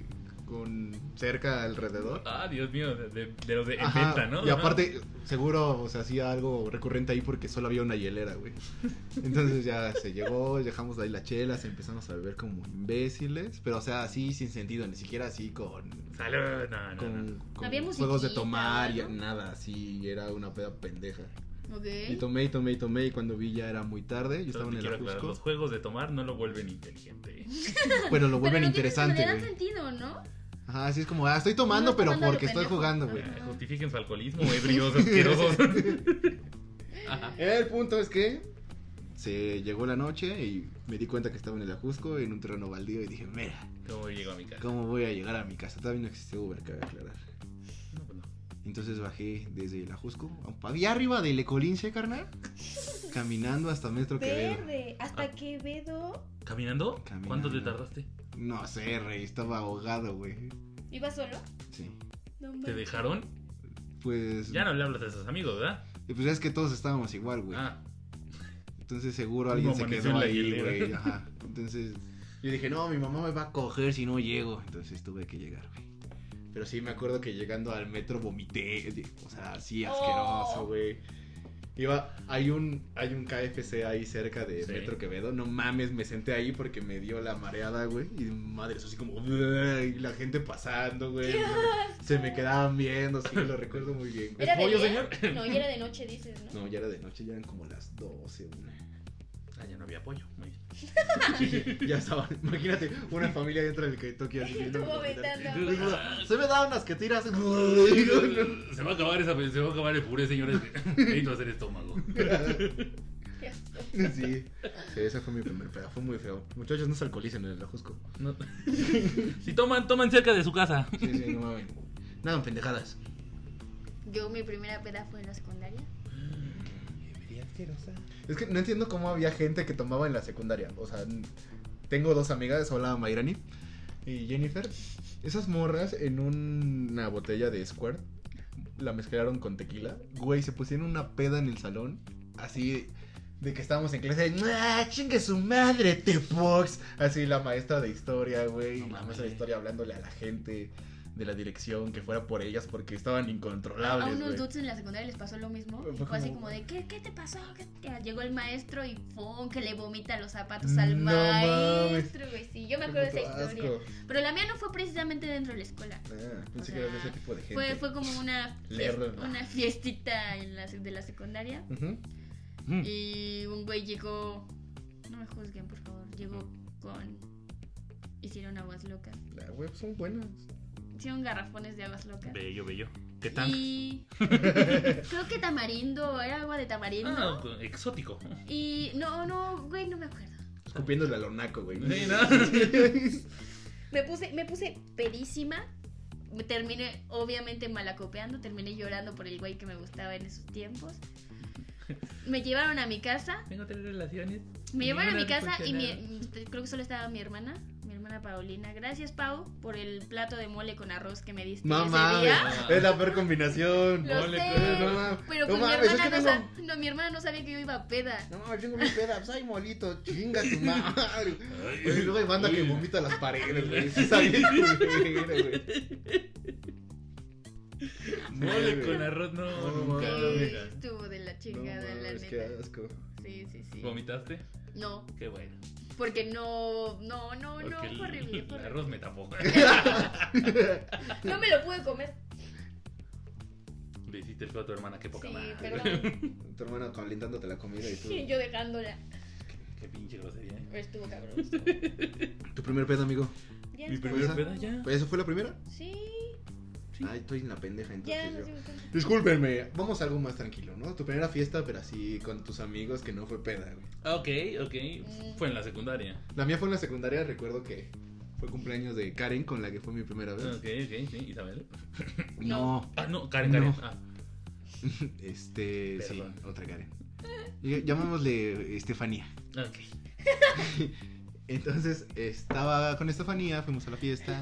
Speaker 1: Con cerca alrededor.
Speaker 3: Ah, Dios mío, de, de- de los de en
Speaker 1: Ajá,
Speaker 3: venta, ¿no?
Speaker 1: Y aparte, seguro se hacía algo recurrente ahí porque solo había una hielera, güey. Entonces ya se llegó, dejamos ahí las chelas, empezamos a beber como imbéciles. Pero, o sea, así sin sentido, ni siquiera así con.
Speaker 3: Salud, no, no, no.
Speaker 1: Con, con
Speaker 2: Había
Speaker 1: juegos de
Speaker 2: musiquita,
Speaker 1: tomar y
Speaker 2: ¿no?
Speaker 1: nada, así era una peda pendeja.
Speaker 2: Ok.
Speaker 1: Y tomé y tomé y tomé y cuando vi ya era muy tarde, yo estaba
Speaker 3: Solo te
Speaker 1: en el
Speaker 3: quiero aclarar,
Speaker 1: Ajusco.
Speaker 3: los juegos de tomar no lo vuelven inteligente.
Speaker 1: Pero lo vuelven
Speaker 2: Pero no
Speaker 1: interesante,
Speaker 2: Tiene,
Speaker 1: güey.
Speaker 2: no le dan sentido, ¿no?
Speaker 1: Ajá, así es como, ah, estoy tomando,
Speaker 2: No,
Speaker 1: pero
Speaker 2: tomando
Speaker 1: porque
Speaker 2: lo
Speaker 1: estoy
Speaker 2: pendejo.
Speaker 1: jugando,
Speaker 2: Ah.
Speaker 1: güey.
Speaker 3: Eh, Justifiquen su alcoholismo, ebrios, asquerosos. Ajá.
Speaker 1: Eh, El punto es que se llegó la noche y me di cuenta que estaba en el Ajusco, en un terreno baldío, y dije, mira,
Speaker 3: ¿Cómo llego a mi casa?
Speaker 1: ¿cómo voy a llegar a mi casa? Todavía no existía Uber, cabe aclarar.
Speaker 3: No, pues no.
Speaker 1: Entonces bajé desde el Ajusco, había arriba del Ecolince, carnal, caminando hasta Metro Quevedo.
Speaker 4: Verde, hasta
Speaker 3: Ah.
Speaker 4: Quevedo.
Speaker 3: ¿Caminando?
Speaker 1: Caminando.
Speaker 3: ¿Cuánto te tardaste?
Speaker 1: No sé, rey, estaba ahogado, güey.
Speaker 4: ¿Iba solo?
Speaker 1: Sí.
Speaker 4: No
Speaker 3: ¿Te
Speaker 4: manches.
Speaker 3: dejaron?
Speaker 1: Pues,
Speaker 3: Ya no le hablas a sus amigos, ¿verdad?
Speaker 1: y pues es que todos estábamos igual, güey.
Speaker 3: Ah,
Speaker 1: Entonces seguro
Speaker 3: Uno
Speaker 1: alguien se
Speaker 3: amaneció
Speaker 1: quedó
Speaker 3: en la
Speaker 1: ahí,
Speaker 3: hielera.
Speaker 1: güey. Ajá. Entonces yo dije, no, mi mamá me va a coger si no llego. Entonces tuve que llegar, güey. Pero sí me acuerdo que llegando al metro vomité. de- O sea, así asqueroso,
Speaker 4: Oh.
Speaker 1: güey. Iba, hay un, hay un KFC ahí cerca de
Speaker 3: Sí.
Speaker 1: Metro Quevedo. No mames, me senté ahí porque me dio la mareada, güey. Y madre, eso así como. Y la gente pasando, güey.
Speaker 4: ¡Qué
Speaker 1: Se me quedaban viendo, sí, lo recuerdo muy bien. güey.
Speaker 4: ¿Era de
Speaker 3: pollo,
Speaker 4: día?
Speaker 3: señor?
Speaker 4: No, ya era de noche, dices, ¿no?
Speaker 1: No, ya era de noche, ya eran como las 12, una.
Speaker 3: ah, ya no había apoyo. Muy bien.
Speaker 1: Ya estaba, imagínate una familia dentro del Kentucky así
Speaker 4: Tú
Speaker 1: viendo el documental.
Speaker 4: vomitando, güey.
Speaker 1: Se me daban las que tiras. Pero
Speaker 3: Se va a acabar esa, se va a acabar el puré, señores. Necesito hacer estómago.
Speaker 4: Qué asco.
Speaker 1: Sí, sí, esa fue mi primer peda, fue muy feo. Muchachos, no se alcoholicen en el Ajusco.
Speaker 3: No. Si toman, toman cerca de su casa.
Speaker 1: Sí, sí, no mames. Nada, pendejadas.
Speaker 2: Yo, mi primera peda fue en la secundaria.
Speaker 1: Es que no entiendo cómo había gente que tomaba en la secundaria. O sea, n- tengo dos amigas, hola Mayrani y Jennifer. Esas morras en un- una botella de Squirt la mezclaron con tequila. Güey, se pusieron una peda en el salón. Así de que estábamos en clase. ¡Ah, chingue su madre, T-Fox! Así la maestra de historia, güey.
Speaker 3: No
Speaker 1: la
Speaker 3: mames.
Speaker 1: maestra de historia hablándole a la gente de la dirección que fuera por ellas porque estaban
Speaker 2: A
Speaker 1: incontrolables.
Speaker 2: unos
Speaker 1: güey.
Speaker 2: dudes en la secundaria les pasó lo mismo.
Speaker 1: Fue
Speaker 2: Y fue así
Speaker 1: como-
Speaker 2: como de, ¿qué, qué te pasó? ¿Qué te-?" Llegó el maestro y ¡pum! que le vomita los zapatos al
Speaker 1: No mames.
Speaker 2: maestro, güey. Sí, yo me acuerdo de esa historia. Pero la mía no fue precisamente dentro de la escuela.
Speaker 1: Ah, pensé
Speaker 2: O
Speaker 1: que eras de
Speaker 2: sea,
Speaker 1: ese tipo de gente.
Speaker 2: Fue, fue como una,
Speaker 1: Leerlo,
Speaker 2: fies-
Speaker 1: ¿no?
Speaker 2: una fiestita en la, sec- de la secundaria.
Speaker 1: Ujú. Mm.
Speaker 3: Mm.
Speaker 2: Y un güey llegó. No me juzguen, por favor. Llegó con. Hicieron aguas locas.
Speaker 1: La web son buenas.
Speaker 2: Hicieron garrafones de aguas locas.
Speaker 3: Bello, bello. ¿Qué tan?
Speaker 2: Y. Creo que tamarindo. Era agua de tamarindo.
Speaker 3: Ah, exótico.
Speaker 2: Y. No, no, güey, no me acuerdo.
Speaker 1: Escupiendo el alonaco, güey.
Speaker 3: Sí, ¿no?
Speaker 2: Me puse, me puse pedísima. Me terminé, obviamente, malacopeando. Terminé llorando por el güey que me gustaba en esos tiempos. Me llevaron a mi casa.
Speaker 3: Tengo tres relaciones.
Speaker 2: Me llevaron a mi
Speaker 3: Ninguna
Speaker 2: casa y
Speaker 3: funcionaba.
Speaker 2: mi- creo que solo estaba mi hermana, mi hermana Paulina. Gracias, Pau, por el plato de mole con arroz que me diste
Speaker 1: No
Speaker 2: ese
Speaker 1: mames,
Speaker 2: día.
Speaker 1: es la peor combinación.
Speaker 2: Lo
Speaker 3: Mole,
Speaker 2: sé,
Speaker 1: no mames.
Speaker 2: pero
Speaker 1: No
Speaker 2: pues mi
Speaker 1: mames, es
Speaker 2: hermana
Speaker 1: que
Speaker 2: no,
Speaker 1: tengo-
Speaker 2: sab- no, mi hermana no sabía que yo iba a peda.
Speaker 1: No mames, tengo mi peda, pues ay molito, chinga tu madre. Oye, luego hay banda que vomita las paredes, güey. Sí sabía culero, güey.
Speaker 3: Mole con arroz, no,
Speaker 1: No,
Speaker 3: nunca
Speaker 1: mames.
Speaker 3: lo
Speaker 2: Sí,
Speaker 3: mira.
Speaker 2: estuvo de la
Speaker 1: No
Speaker 2: chingada, la
Speaker 1: mames, qué
Speaker 2: neta.
Speaker 1: asco.
Speaker 2: Sí, sí, sí.
Speaker 3: ¿Vomitaste?
Speaker 2: No,
Speaker 3: Qué bueno.
Speaker 2: porque no, no, no, no,
Speaker 3: Porque
Speaker 2: fue
Speaker 3: el,
Speaker 2: horrible,
Speaker 3: el
Speaker 2: fue horrible.
Speaker 3: arroz me tapó.
Speaker 4: No me lo pude comer.
Speaker 3: Le hiciste el feo a tu hermana, qué poca
Speaker 2: Sí,
Speaker 3: madre.
Speaker 2: perdón,
Speaker 1: Tu hermana calentándote la comida y
Speaker 4: Y
Speaker 1: tú.
Speaker 4: yo dejándola.
Speaker 3: Qué pinche grosería. ¿eh?
Speaker 4: Pero Estuvo cabrón. estuvo.
Speaker 1: ¿Tu primer peda, amigo?
Speaker 4: Ya
Speaker 3: Mi
Speaker 4: está.
Speaker 1: primer-
Speaker 3: primera
Speaker 1: esa?
Speaker 3: peda ya.
Speaker 1: ¿Esa fue la primera?
Speaker 4: Sí.
Speaker 3: Sí.
Speaker 1: Ay, estoy en la pendeja
Speaker 4: Ya
Speaker 1: entonces
Speaker 4: nos
Speaker 1: yo.
Speaker 4: dimos cuenta.
Speaker 1: Discúlpenme, vamos a algo más tranquilo, ¿no? Tu primera fiesta, pero así con tus amigos que no fue peda, güey.
Speaker 3: Ah, Ok, ok. Fue en la secundaria.
Speaker 1: La mía fue en la secundaria, recuerdo que fue cumpleaños de Karen, con la que fue mi primera
Speaker 3: Ok,
Speaker 1: vez.
Speaker 3: ok, sí. Isabel.
Speaker 1: Pues No,
Speaker 3: Ah, no, Karen, Karen.
Speaker 1: No.
Speaker 3: Ah,
Speaker 1: este,
Speaker 3: Perdón.
Speaker 1: sí, otra Karen. Y- Llamémosle Estefanía.
Speaker 3: ok.
Speaker 1: Entonces, estaba con Estefanía, fuimos a la fiesta.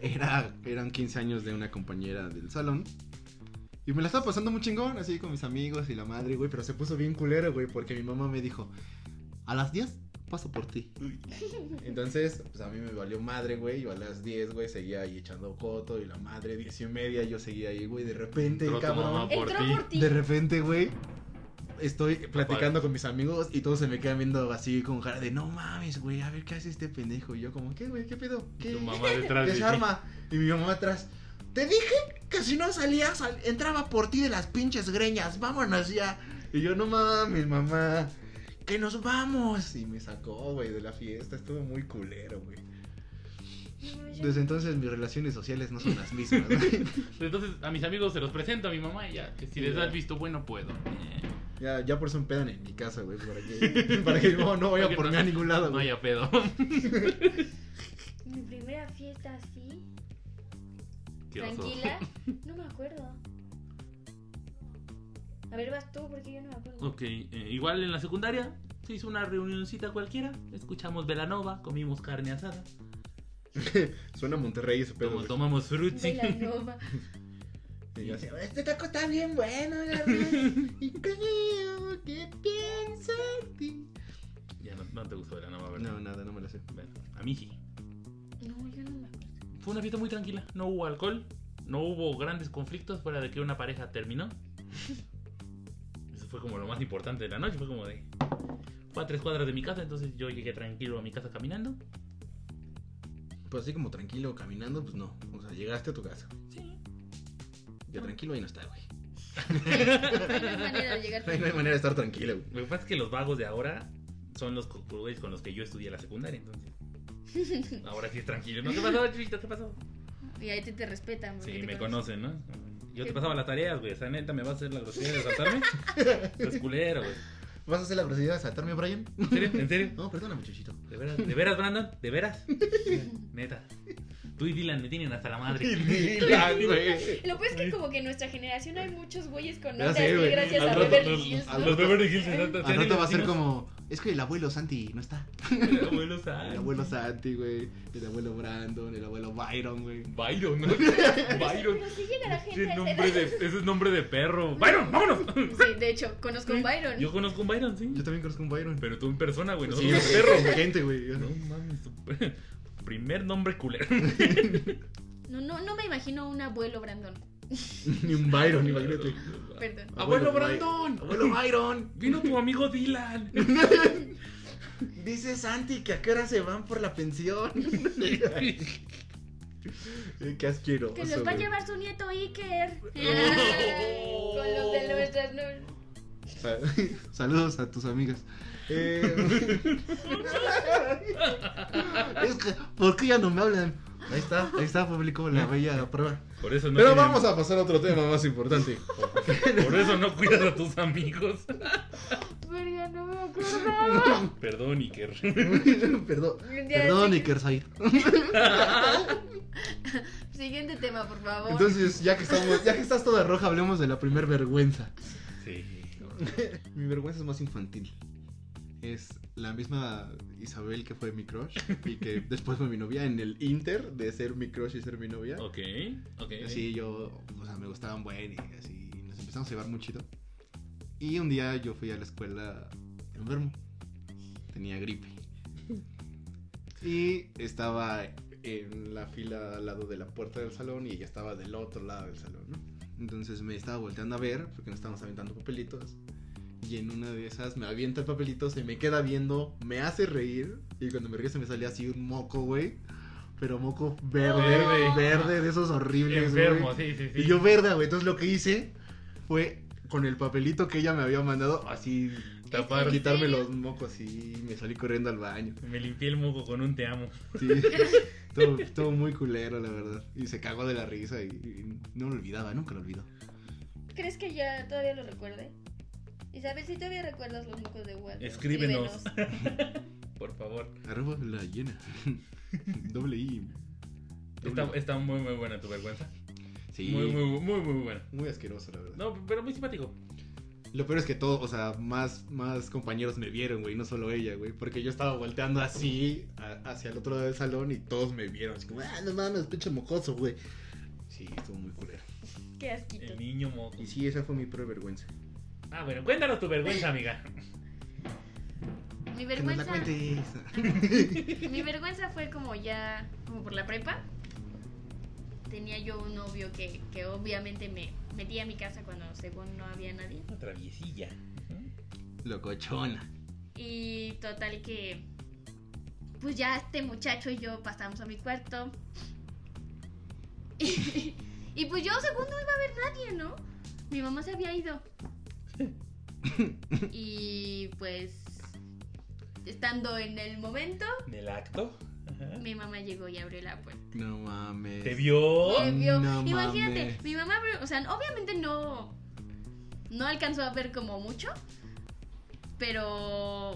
Speaker 1: Era, eran 15 años de una compañera del salón. Y me la estaba pasando muy chingón, así con mis amigos y la madre, güey. Pero se puso bien culero, güey, porque mi mamá me dijo: A las 10 paso por ti. Entonces, pues a mí me valió madre, güey. Yo a las 10, güey, seguía ahí echando coto. Y la madre, 10 y media, yo seguía ahí, güey. De repente,
Speaker 3: Entró tu
Speaker 1: cabrón.
Speaker 3: mamá por
Speaker 4: Entró
Speaker 3: ti.
Speaker 4: por ti.
Speaker 1: De repente, güey, estoy platicando con mis amigos y todos se me quedan viendo así con cara de no mames, güey, a ver qué hace este pendejo. Y yo como, ¿qué, güey? ¿Qué pedo? ¿Qué?
Speaker 3: Tu mamá detrás de ti.
Speaker 1: Desarma. Y mi mamá atrás, te dije que si no salías, sal- entraba por ti de las pinches greñas, vámonos ya. Y yo, no mames, mamá, que nos vamos. Y me sacó, güey, de la fiesta, estuvo muy culero, güey.
Speaker 4: No, ya.
Speaker 1: Desde entonces mis relaciones sociales no son las mismas, güey.
Speaker 3: Entonces, a mis amigos se los presento a mi mamá y ya. Que si les
Speaker 1: Ya.
Speaker 3: das visto bueno, puedo. Eh,
Speaker 1: Ya, ya por eso me pedan en mi casa, güey, para que, para que no, no vaya
Speaker 3: para que
Speaker 1: por mí a ningún lado,
Speaker 3: No
Speaker 1: güey.
Speaker 3: haya pedo.
Speaker 4: Mi primera fiesta así,
Speaker 3: Qué oso.
Speaker 4: tranquila. No me acuerdo. A ver, vas tú, porque yo no me acuerdo.
Speaker 3: Ok, eh, igual en la secundaria se hizo una reunioncita cualquiera. Escuchamos Velanova, comimos carne asada,
Speaker 1: Suena a Monterrey ese pedo.
Speaker 3: tomo-
Speaker 1: güey.
Speaker 3: tomamos
Speaker 4: De
Speaker 3: frutzi.
Speaker 4: la nova.
Speaker 1: Y yo así, este taco está bien bueno, Gabriel. y creo que pienso en ti.
Speaker 3: Ya no, no te gustó Velanova, ¿verdad?
Speaker 1: No, nada, no me lo sé.
Speaker 3: Bueno, a mí sí.
Speaker 4: No, yo no me acuerdo.
Speaker 3: Fue una fiesta muy tranquila. No hubo alcohol, no hubo grandes conflictos fuera de que una pareja terminó. Eso fue como lo más importante de la noche. Fue como de. Fue a tres cuadras de mi casa, entonces yo llegué tranquilo a mi casa caminando.
Speaker 1: Pues así como tranquilo caminando, pues no. O sea, llegaste a tu casa.
Speaker 3: Sí.
Speaker 1: Ya tranquilo ahí no está, güey.
Speaker 2: No hay manera de llegar.
Speaker 1: Ahí no hay manera de estar tranquilo, güey.
Speaker 3: Lo que pasa es que los vagos de ahora son los co- güeyes con los que yo estudié la secundaria, entonces. Ahora sí es tranquilo. ¿No? ¿Qué pasó, chivito? ¿Qué pasó?
Speaker 2: Y ahí te, te respetan. porque
Speaker 3: Sí,
Speaker 2: te
Speaker 3: me conocen, ¿no? Yo te pasaba las tareas, güey. O sea, neta, ¿me vas a hacer la grosería de saltarme? Es culero, güey.
Speaker 1: ¿Vas a hacer la grosería de saltarme, Brian?
Speaker 3: ¿En serio? ¿En serio?
Speaker 1: No, perdona, muchachito.
Speaker 3: ¿De veras, ¿De veras, Brandon? ¿De veras? Neta. Tú y Dylan me tienen hasta la madre.
Speaker 1: Dylan, güey.
Speaker 4: Lo pues que como que en nuestra generación hay muchos güeyes con
Speaker 1: Ya
Speaker 4: nombre
Speaker 1: sé,
Speaker 4: así
Speaker 1: güey.
Speaker 4: gracias
Speaker 1: Al
Speaker 4: a
Speaker 1: rato
Speaker 4: Beverly Hills.
Speaker 1: al
Speaker 4: ¿no?
Speaker 1: rato-
Speaker 3: Hills. se saltan- se
Speaker 1: Al rato va a ser
Speaker 3: hacen
Speaker 1: como, es que el abuelo Santi no está.
Speaker 3: vecinos. El abuelo Sam.
Speaker 1: El abuelo Santi, güey. El abuelo Brandon, el abuelo Byron, güey.
Speaker 3: Byron, ¿no? Byron.
Speaker 4: Pero sí llegará gente
Speaker 3: Ese es,
Speaker 4: a esa
Speaker 3: nombre
Speaker 4: edad.
Speaker 3: de, ese es nombre de perro. ¡Byron, vámonos!
Speaker 2: Sí, de hecho, conozco a Byron.
Speaker 3: Yo conozco a un Byron, sí.
Speaker 1: Yo también conozco un Byron.
Speaker 3: Pero tú en persona, güey. No
Speaker 1: Sí,
Speaker 3: un
Speaker 1: güey,
Speaker 3: perro.
Speaker 1: gente, güey.
Speaker 3: No mames. tu- Primer nombre culero.
Speaker 2: No, no, no me imagino un abuelo Brandon.
Speaker 1: Ni un Byron, imagínate.
Speaker 2: Perdón.
Speaker 3: Abuelo
Speaker 1: By-
Speaker 3: Brandon.
Speaker 1: Abuelo Byron.
Speaker 3: Vino tu amigo Dylan.
Speaker 1: Dice Santi que a qué hora se van por la pensión. qué asqueroso.
Speaker 4: Que los va a
Speaker 1: güey.
Speaker 4: llevar su nieto Iker.
Speaker 2: Ah,
Speaker 3: Oh.
Speaker 4: Con los de nuestras novias.
Speaker 1: Sa- Saludos a tus amigas. Eh, es que, ¿por qué ya no me hablan? Ahí está, ahí está, público, la bella prueba.
Speaker 3: Por eso no
Speaker 1: Pero
Speaker 3: tienen-
Speaker 1: vamos a pasar a otro tema más importante.
Speaker 3: Por eso no cuidas a tus amigos.
Speaker 4: Verga, no me acordaba.
Speaker 3: Perdón, Iker.
Speaker 1: Perdón,
Speaker 4: Ya,
Speaker 1: perdón,
Speaker 4: sí.
Speaker 1: Ikerzair.
Speaker 2: Siguiente tema, por favor.
Speaker 1: Entonces, ya que estamos, ya que estás toda roja, hablemos de la primer vergüenza.
Speaker 3: Sí.
Speaker 1: Mi vergüenza es más infantil. Es la misma Isabel que fue mi crush y que después fue mi novia en el inter de ser mi crush y ser mi novia.
Speaker 3: Ok, ok.
Speaker 1: Así yo, o sea, me gustaban buen y así y nos empezamos a llevar muy chido. Y un día yo fui a la escuela enfermo. Tenía gripe. Y estaba en la fila al lado de la puerta del salón y ella estaba del otro lado del salón, ¿no? Entonces me estaba volteando a ver porque nos estábamos aventando papelitos. Y en una de esas me avienta el papelito, se me queda viendo, me hace reír. Y cuando me río se me salía así un moco, güey. Pero moco verde,
Speaker 3: Verde.
Speaker 1: verde, de esos horribles, güey.
Speaker 3: Enfermo, sí, sí, sí.
Speaker 1: Y yo verde, güey. Entonces lo que hice fue con el papelito que ella me había mandado, así
Speaker 3: tapar.
Speaker 1: quitarme los mocos y me salí corriendo al baño.
Speaker 3: Me limpié el moco con un te amo.
Speaker 1: Sí, estuvo, estuvo muy culero, la verdad. Y se cagó de la risa y, y no lo olvidaba, nunca lo olvidó.
Speaker 4: ¿Crees que ya todavía lo recuerde? Isabel, si todavía recuerdas los mocos de Walt.
Speaker 3: Escríbenos. Por favor.
Speaker 1: Arroba la llena. Doble I.
Speaker 3: Está,
Speaker 1: Doble-
Speaker 3: está muy, muy buena tu vergüenza.
Speaker 1: sí,
Speaker 3: Muy,
Speaker 1: muy,
Speaker 3: muy, muy, muy buena.
Speaker 1: asqueroso, la verdad.
Speaker 3: No, pero muy simpático.
Speaker 1: Lo peor es que todos, o sea, más, más compañeros me vieron, güey, no solo ella, güey. Porque yo estaba volteando así a- hacia el otro lado del salón y todos me vieron. Así como, ah, no mames, pinche mocoso, güey. Sí, estuvo muy culero.
Speaker 4: Qué asquito.
Speaker 3: El niño moco.
Speaker 1: Y sí, esa fue mi peor vergüenza.
Speaker 3: Ah, bueno, cuéntanos tu vergüenza, amiga.
Speaker 2: Mi
Speaker 1: Que nos la
Speaker 2: vergüenza.
Speaker 1: cuentes.
Speaker 2: Mi vergüenza fue como ya, como por la prepa. Tenía yo un novio que, que obviamente me metía a mi casa cuando según no había nadie.
Speaker 3: Una traviesilla. Ujú.
Speaker 1: Locochona.
Speaker 2: Y total que, pues ya este muchacho y yo pasamos a mi cuarto. Y, pues yo según no iba a ver nadie, ¿no? Mi mamá se había ido. Y pues, estando en el momento,
Speaker 3: Del acto. Ajá.
Speaker 2: mi mamá llegó y abrió la puerta.
Speaker 1: No mames.
Speaker 3: ¿Te vio?
Speaker 2: Me vio.
Speaker 1: No
Speaker 2: Imagínate,
Speaker 1: mames.
Speaker 2: mi mamá, abrió- o sea, obviamente no, no alcanzó a ver como mucho, pero,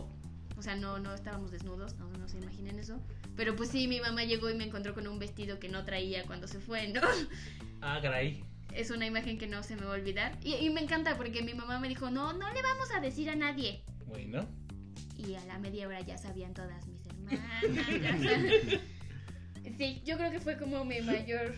Speaker 2: o sea, no, no estábamos desnudos, no, no se imaginen eso. Pero pues sí, mi mamá llegó y me encontró con un vestido que no traía cuando se fue, ¿no?
Speaker 3: Ah, caray.
Speaker 2: Es una imagen que no se me va a olvidar. Y, y me encanta porque mi mamá me dijo, no, no le vamos a decir a nadie.
Speaker 3: Bueno.
Speaker 2: Y a la media hora ya sabían todas mis hermanas. ya sabían. Sí, yo creo que fue como mi mayor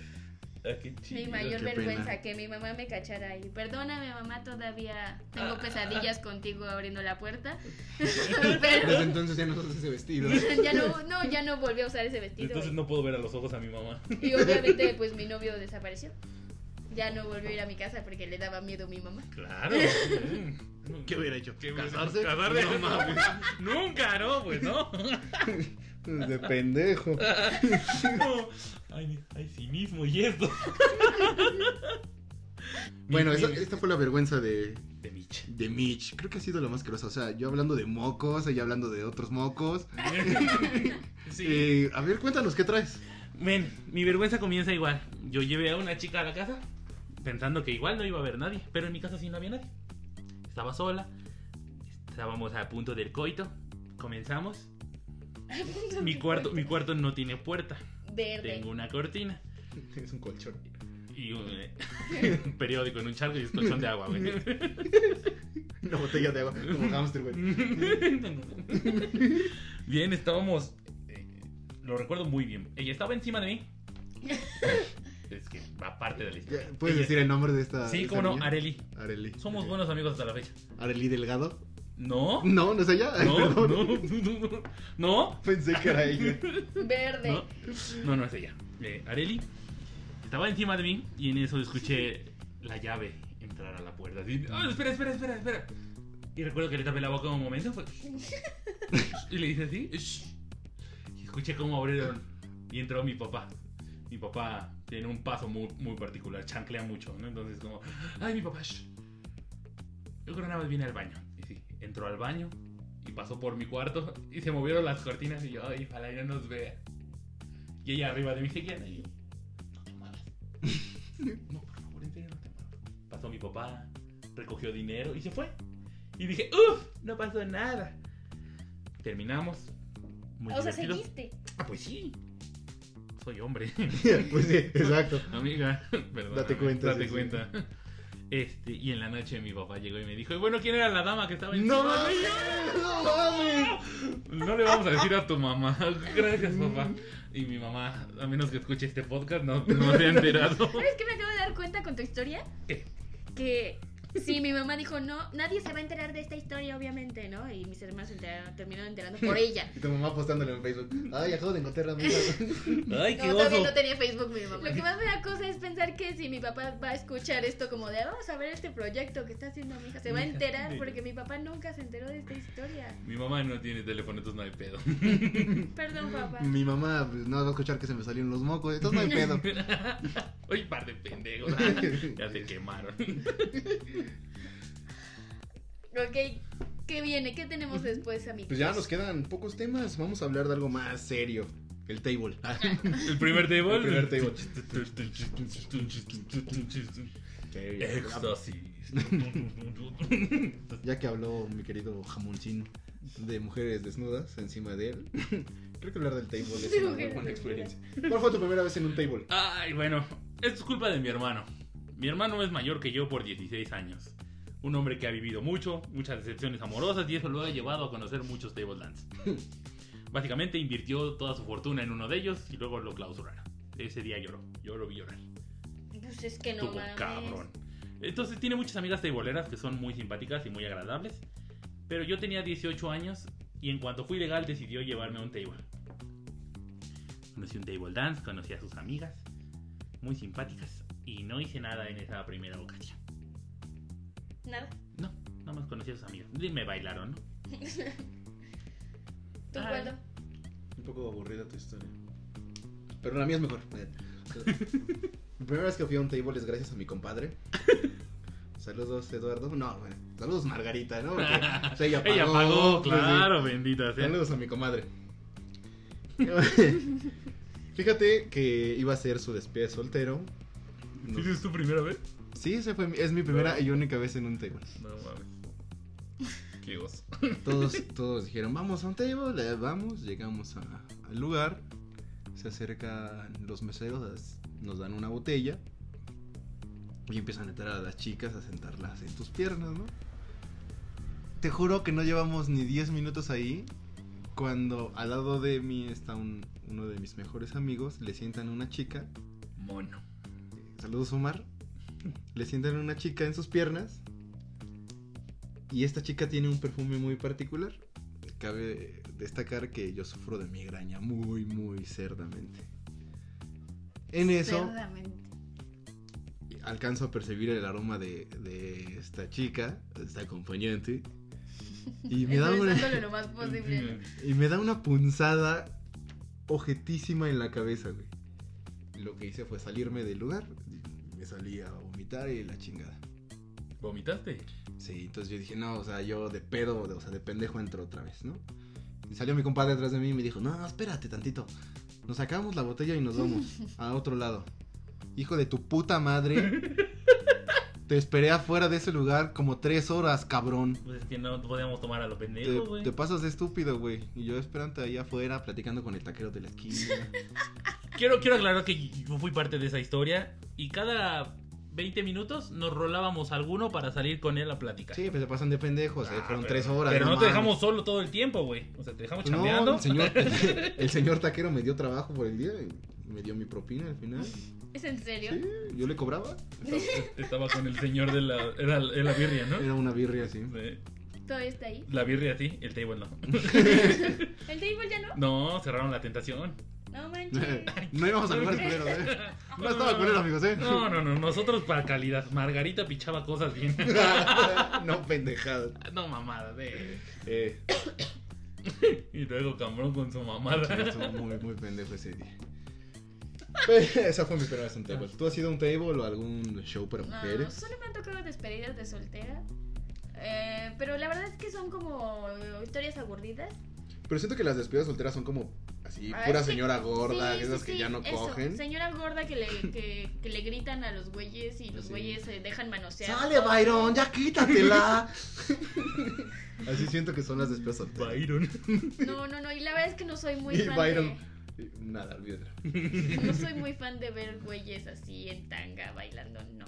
Speaker 3: Ah, qué
Speaker 2: Mi
Speaker 3: chido.
Speaker 2: mayor
Speaker 1: qué
Speaker 2: vergüenza
Speaker 1: pena.
Speaker 2: que mi mamá me cachara ahí. Perdóname, mamá, todavía tengo
Speaker 3: Ah.
Speaker 2: pesadillas contigo abriendo la puerta.
Speaker 1: Desde
Speaker 2: Pero
Speaker 1: entonces ya no usas ese vestido.
Speaker 2: ya no, no, ya no volví a usar ese vestido.
Speaker 3: Entonces no puedo ver a los ojos a mi mamá.
Speaker 2: Y obviamente, pues mi novio desapareció. Ya no volvió a ir a mi casa porque le daba miedo a mi mamá.
Speaker 3: Claro. Mm.
Speaker 1: ¿Qué hubiera hecho?
Speaker 3: ¿Qué-
Speaker 1: ¿Casarse?
Speaker 3: ¿Casarse?
Speaker 1: No mames.
Speaker 3: Nunca, ¿no? Pues no.
Speaker 1: De pendejo.
Speaker 3: No. Ay, ay, cinismo y esto.
Speaker 1: Bueno,
Speaker 3: Mi-
Speaker 1: esa-
Speaker 3: mi-
Speaker 1: esta fue la vergüenza de,
Speaker 3: De Mitch.
Speaker 1: de Mitch. Creo que ha sido lo más grosa. O sea, yo hablando de mocos, ella hablando de otros mocos.
Speaker 3: Sí.
Speaker 1: Eh, a ver, cuéntanos, ¿qué traes?
Speaker 3: Ven, mi vergüenza comienza igual. Yo llevé a una chica a la casa pensando que igual no iba a haber nadie, pero en mi casa sí no había nadie. Estaba sola, estábamos a punto del coito, comenzamos. Mi cuarto, mi cuarto no tiene puerta,
Speaker 2: Verde.
Speaker 3: tengo una cortina
Speaker 1: Es un colchón.
Speaker 3: y un, eh, un periódico en un charco y un colchón de agua, güey.
Speaker 1: Una botella de agua, como hamster, güey.
Speaker 3: Bien, estábamos. eh, Lo recuerdo muy bien. Ella estaba encima de mí. Es que va parte de la historia.
Speaker 1: Ya, ¿Puedes
Speaker 3: Ella-
Speaker 1: decir el nombre de esta? de
Speaker 3: Sí,
Speaker 1: esta
Speaker 3: cómo no,
Speaker 1: niña?
Speaker 3: Areli.
Speaker 1: Arely.
Speaker 3: Somos
Speaker 1: Ok.
Speaker 3: buenos amigos hasta la fecha.
Speaker 1: ¿Arely Delgado?
Speaker 3: No, no,
Speaker 1: No, no es ella. Ay,
Speaker 3: no, no,
Speaker 1: perdón.
Speaker 3: no, no, no,
Speaker 1: Pensé que era ella.
Speaker 2: Verde.
Speaker 3: no, no, no es ella. Eh, Areli estaba encima de mí y en eso escuché la llave entrar a la puerta. así, "Ah, espera, espera, espera, espera. Y recuerdo que le tapé la boca un momento. fue, y le hice así. "Shh". Y escuché cómo abrieron. Y entró mi papá. Mi papá tiene un paso muy, muy particular, chanclea mucho, ¿no? Entonces como, ay, mi papá, shh". Yo creo que nada más viene al baño. Y sí, entró al baño y pasó por mi cuarto y se movieron las cortinas y yo, ay, ojalá ya nos vea. Y ella arriba de mí seguía. Y yo, no te muevas. No, por favor, en serio, no te muevas. Pasó mi papá, recogió dinero y se fue. Y dije, uff, no pasó nada. Terminamos. Muy
Speaker 4: o sea,
Speaker 3: divertidos.
Speaker 4: seguiste.
Speaker 3: Ah, pues sí. Soy hombre.
Speaker 1: pues sí, exacto.
Speaker 3: Amiga, perdón.
Speaker 1: Date cuenta,
Speaker 3: Date
Speaker 1: sí, sí.
Speaker 3: cuenta. Este, y en la noche mi papá llegó y me dijo, y bueno, ¿quién era la dama que estaba
Speaker 1: ¡No
Speaker 3: encima de
Speaker 1: mames!
Speaker 3: mí?"
Speaker 1: ¡No mames!
Speaker 3: No le vamos a decir a tu mamá. Gracias, papá.
Speaker 1: Mm.
Speaker 3: Y mi mamá, a menos que escuche este podcast, no, no se ha enterado.
Speaker 2: ¿Sabes qué me acabo de dar cuenta con tu historia?
Speaker 3: Oh. ¿Qué?
Speaker 2: Que sí, mi mamá dijo, no, nadie se va a enterar de esta historia, obviamente, ¿no? Y mis hermanos se enteraron- terminaron enterando por ella.
Speaker 1: Y tu mamá postándolo en Facebook. Ay, acabo de encontrar a mi hija.
Speaker 3: Ay,
Speaker 2: No, todavía no tenía Facebook mi mamá. Lo
Speaker 3: Lo
Speaker 2: que
Speaker 3: que
Speaker 2: más me da cosa es pensar que si mi papá va a escuchar esto como de vamos a ver este proyecto que está haciendo mi hija, se va a enterar porque mi papá nunca se enteró de esta historia.
Speaker 3: Mi mamá no tiene teléfono, entonces no hay pedo.
Speaker 2: Perdón, papá.
Speaker 1: Mi mamá pues, no va a escuchar que se me salieron los mocos. Entonces no hay pedo.
Speaker 3: Oye, par de pendejos. Ya se quemaron.
Speaker 2: Ok, ¿Qué viene? ¿Qué tenemos después, amigos?
Speaker 1: Pues ya nos quedan pocos temas. Vamos a hablar de algo más serio. El table.
Speaker 3: El primer table.
Speaker 1: El primer table.
Speaker 3: Éxtasis.
Speaker 1: Ya que habló mi querido jamoncín de mujeres desnudas encima de él, creo que hablar del table es una muy buena experiencia. ¿Cuál fue tu primera vez en un table?
Speaker 3: Ay, bueno, esto es culpa de mi hermano. Mi hermano es mayor que yo por 16 años. Un hombre que ha vivido mucho, muchas decepciones amorosas y eso lo ha llevado a conocer muchos Tablelands. Básicamente invirtió toda su fortuna en uno de ellos y luego lo clausuraron. Ese día lloró, yo lo vi llorar.
Speaker 4: Pues es que no
Speaker 3: Estuvo
Speaker 4: mames.
Speaker 3: cabrón. Entonces tiene muchas amigas teiboleras que son muy simpáticas y muy agradables. Pero yo tenía 18 años y en cuanto fui legal decidió llevarme a un table. Conocí un table dance, conocí a sus amigas, muy simpáticas, y no hice nada en esa primera ocasión.
Speaker 4: Nada.
Speaker 3: No, nada más conocí a sus amigas. Y Me bailaron, ¿no?
Speaker 4: ¿Tú,
Speaker 3: Ah.
Speaker 4: Waldo?
Speaker 1: Un poco aburrida tu historia. Pero la mía es mejor. La primera vez que fui a un table es gracias a mi compadre. Saludos, Eduardo. No, bueno, saludos, Margarita, ¿no? Porque, o sea, ella pagó.
Speaker 3: Ella pagó,
Speaker 1: pues, sí.
Speaker 3: claro, bendita sea.
Speaker 1: Saludos a mi comadre. Fíjate que iba a ser su despedida de soltero. No-
Speaker 3: ¿Sí, ¿Es tu primera vez?
Speaker 1: Sí, esa fue mi- es mi primera y única vez en un table.
Speaker 3: No mames. Qué gozo.
Speaker 1: Todos, todos dijeron, vamos a un table, eh, vamos, llegamos a- al lugar, se acercan los meseros, as- nos dan una botella y empiezan a entrar a las chicas a sentarlas en tus piernas, ¿no? Te juro que no llevamos ni 10 minutos ahí cuando al lado de mí está un- uno de mis mejores amigos, le sientan una chica,
Speaker 3: Mono.
Speaker 1: saludos Omar, le sientan una chica en sus piernas y esta chica tiene un perfume muy particular. Cabe destacar que yo sufro de migraña muy, muy cerdamente. En eso
Speaker 2: Cerdamente.
Speaker 1: alcanzo a percibir el aroma de, de esta chica, esta acompañante, y me, da
Speaker 2: Expresándolo
Speaker 1: una,
Speaker 2: lo más posible.
Speaker 1: y me da una punzada objetísima en la cabeza, güey. Lo que hice fue salirme del lugar, me salí a vomitar y la chingada.
Speaker 3: ¿Vomitaste?
Speaker 1: Sí, entonces yo dije, no, o sea, yo de pedo, o sea, de pendejo entro otra vez, ¿no? Y salió mi compadre atrás de mí y me dijo, no, no, espérate tantito. Nos sacamos la botella y nos vamos a otro lado. Hijo de tu puta madre. Te esperé afuera de ese lugar como tres horas, cabrón.
Speaker 3: Pues es que no podíamos tomar a los
Speaker 1: Te,
Speaker 3: pendejos, güey.
Speaker 1: te pasas de estúpido, güey. Y yo esperando ahí afuera, platicando con el taquero de la esquina.
Speaker 3: Quiero, quiero aclarar que yo fui parte de esa historia y cada 20 minutos nos rolábamos alguno para salir con él a platicar.
Speaker 1: Sí, pues se pasan de pendejos, eh,
Speaker 3: Ah,
Speaker 1: fueron
Speaker 3: pero-
Speaker 1: tres horas.
Speaker 3: Pero no, te
Speaker 1: mames.
Speaker 3: dejamos solo todo el tiempo, güey. O sea, te dejamos chambeando.
Speaker 1: No, el señor, el señor taquero me dio trabajo por el día y me dio mi propina al final.
Speaker 2: ¿Es en serio?
Speaker 1: Sí, yo le cobraba.
Speaker 3: Estaba- Estaba con el señor de la. Era, era la birria, ¿no?
Speaker 1: Era una birria así.
Speaker 3: Sí.
Speaker 2: ¿Todavía está ahí?
Speaker 3: La birria sí, el table no.
Speaker 4: ¿El table ya no?
Speaker 3: No, cerraron la tentación.
Speaker 4: No manches.
Speaker 1: No íbamos a lugares culeros, eh. No estaba culero, amigos, eh.
Speaker 3: No, no, no. Nosotros para calidad. Margarita pichaba cosas bien.
Speaker 1: No pendejadas.
Speaker 3: No mamada, de.
Speaker 1: Eh,
Speaker 3: Y luego cambrón con su mamada.
Speaker 1: estuvo muy, muy pendejo ese día. Ah. Pues, esa fue mi primera vez en table. ¿Tú has ido a un table o algún show para
Speaker 2: No,
Speaker 1: mujeres?
Speaker 2: solo me han tocado despedidas de soltera. Eh, pero la verdad es que son como eh, historias aburridas.
Speaker 1: Pero siento que las despedidas solteras son como así,
Speaker 2: Ay,
Speaker 1: pura
Speaker 2: sí.
Speaker 1: señora gorda,
Speaker 2: Ah, Sí, sí,
Speaker 1: esas que
Speaker 2: sí,
Speaker 1: ya no
Speaker 2: eso,
Speaker 1: cogen.
Speaker 2: Señora gorda que le, que, que le gritan a los güeyes y los
Speaker 1: Sí.
Speaker 2: güeyes se dejan manosear.
Speaker 1: Sale, Byron, ya quítatela. así siento que son las despedidas solteras.
Speaker 3: Byron.
Speaker 2: No, no, no. Y la verdad es que no soy muy
Speaker 1: Y
Speaker 2: fan
Speaker 1: Byron. Nada, olvídate.
Speaker 2: de. No soy muy fan de ver güeyes así en tanga bailando, no.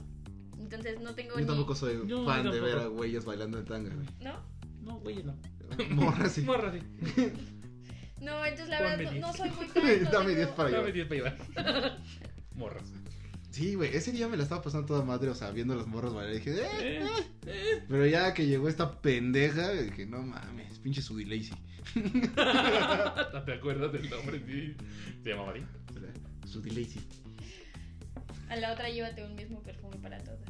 Speaker 2: Entonces no tengo
Speaker 1: Yo
Speaker 2: ni.
Speaker 1: tampoco soy
Speaker 3: Yo
Speaker 1: fan de
Speaker 3: tampoco.
Speaker 1: ver a güeyes bailando en tanga, güey.
Speaker 4: ¿No?
Speaker 3: No, güey, no.
Speaker 1: Morra, sí.
Speaker 3: Morra, sí.
Speaker 4: No, entonces la
Speaker 3: Ponme
Speaker 4: verdad no,
Speaker 3: diez.
Speaker 4: no soy muy fan. no
Speaker 1: Dame
Speaker 4: tengo-
Speaker 1: 10 para
Speaker 3: Dame
Speaker 1: llevar.
Speaker 3: 10 para llevar. Morras.
Speaker 1: Sí, güey, ese día me la estaba pasando toda madre, o sea, viendo a las morras bailar. Dije, eh.
Speaker 3: Eh,
Speaker 1: Pero ya que llegó esta pendeja, dije, no mames, pinche Sudi Lazy.
Speaker 3: ¿Te acuerdas del nombre? Sí. Se llama María.
Speaker 1: Sudi Lazy.
Speaker 4: A la otra llévate un mismo perfume para todas.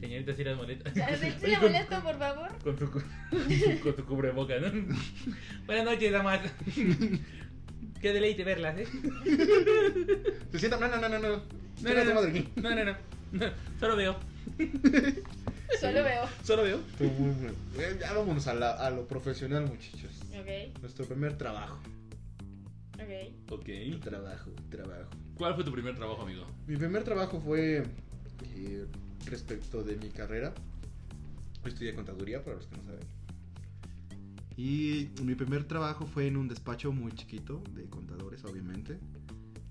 Speaker 3: Señorita, si las molesta.
Speaker 4: O sea, ¿sí- sí
Speaker 3: Oye,
Speaker 4: le
Speaker 3: con-
Speaker 4: molesto, por favor?
Speaker 3: Con tu, cu- con tu cubreboca, ¿no? Buenas noches, damas. Qué deleite verlas, ¿eh?
Speaker 1: Se sienta, no, no, no, no, no.
Speaker 3: No, no,
Speaker 1: Chinga tu
Speaker 3: no.
Speaker 1: madre.
Speaker 3: No, no, no. No, Solo veo.
Speaker 4: Solo veo.
Speaker 3: Solo veo.
Speaker 1: Estuvo muy bueno. Eh, Ya vámonos a, la- a lo profesional, muchachos.
Speaker 4: Ok,
Speaker 1: Nuestro primer trabajo.
Speaker 4: ok.
Speaker 3: Ok.
Speaker 1: Trabajo, trabajo.
Speaker 3: ¿Cuál fue tu primer trabajo, amigo?
Speaker 1: Mi primer trabajo fue eh, respecto de mi carrera. Yo Estudié contaduría, para los que no saben. Y mi primer trabajo fue en un despacho muy chiquito de contadores, obviamente.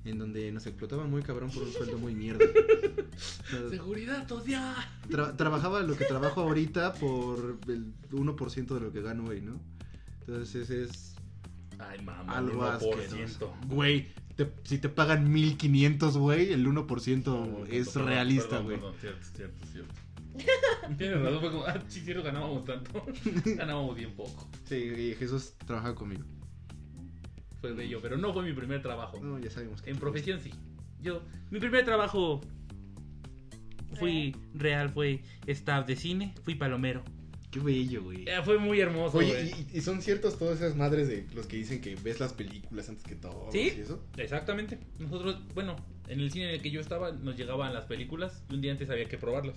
Speaker 1: En donde nos explotaban muy cabrón por un sueldo muy mierda. O sea,
Speaker 3: Seguridad social.
Speaker 1: tra- trabajaba lo que trabajo ahorita por el 1% de lo que gano hoy, ¿no? Entonces es
Speaker 3: Ay, mamá.
Speaker 1: algo asqueroso.
Speaker 3: 1%.
Speaker 1: Güey, te- si te pagan 1500, güey, el 1% es
Speaker 3: Perdón,
Speaker 1: realista,
Speaker 3: perdón,
Speaker 1: güey.
Speaker 3: perdón, Cierto, cierto, cierto. Tienes razón, fue como, ah, sí, cierto, ganábamos tanto. Ganábamos bien poco.
Speaker 1: Sí, y Jesús trabaja conmigo.
Speaker 3: Fue bello, pero no fue mi primer trabajo.
Speaker 1: No, ya sabemos. que
Speaker 3: En
Speaker 1: tú-
Speaker 3: profesión sí. Yo, mi primer trabajo fui real, fue staff de cine, fui palomero.
Speaker 1: Qué bello, güey.
Speaker 3: Eh, fue muy hermoso. güey.
Speaker 1: Oye, y, y son ciertos todas esas madres de los que dicen que ves las películas antes que todo.
Speaker 3: ¿Sí?
Speaker 1: y eso?
Speaker 3: Exactamente. Nosotros, bueno, en el cine en el que yo estaba nos llegaban las películas y un día antes había que probarlas.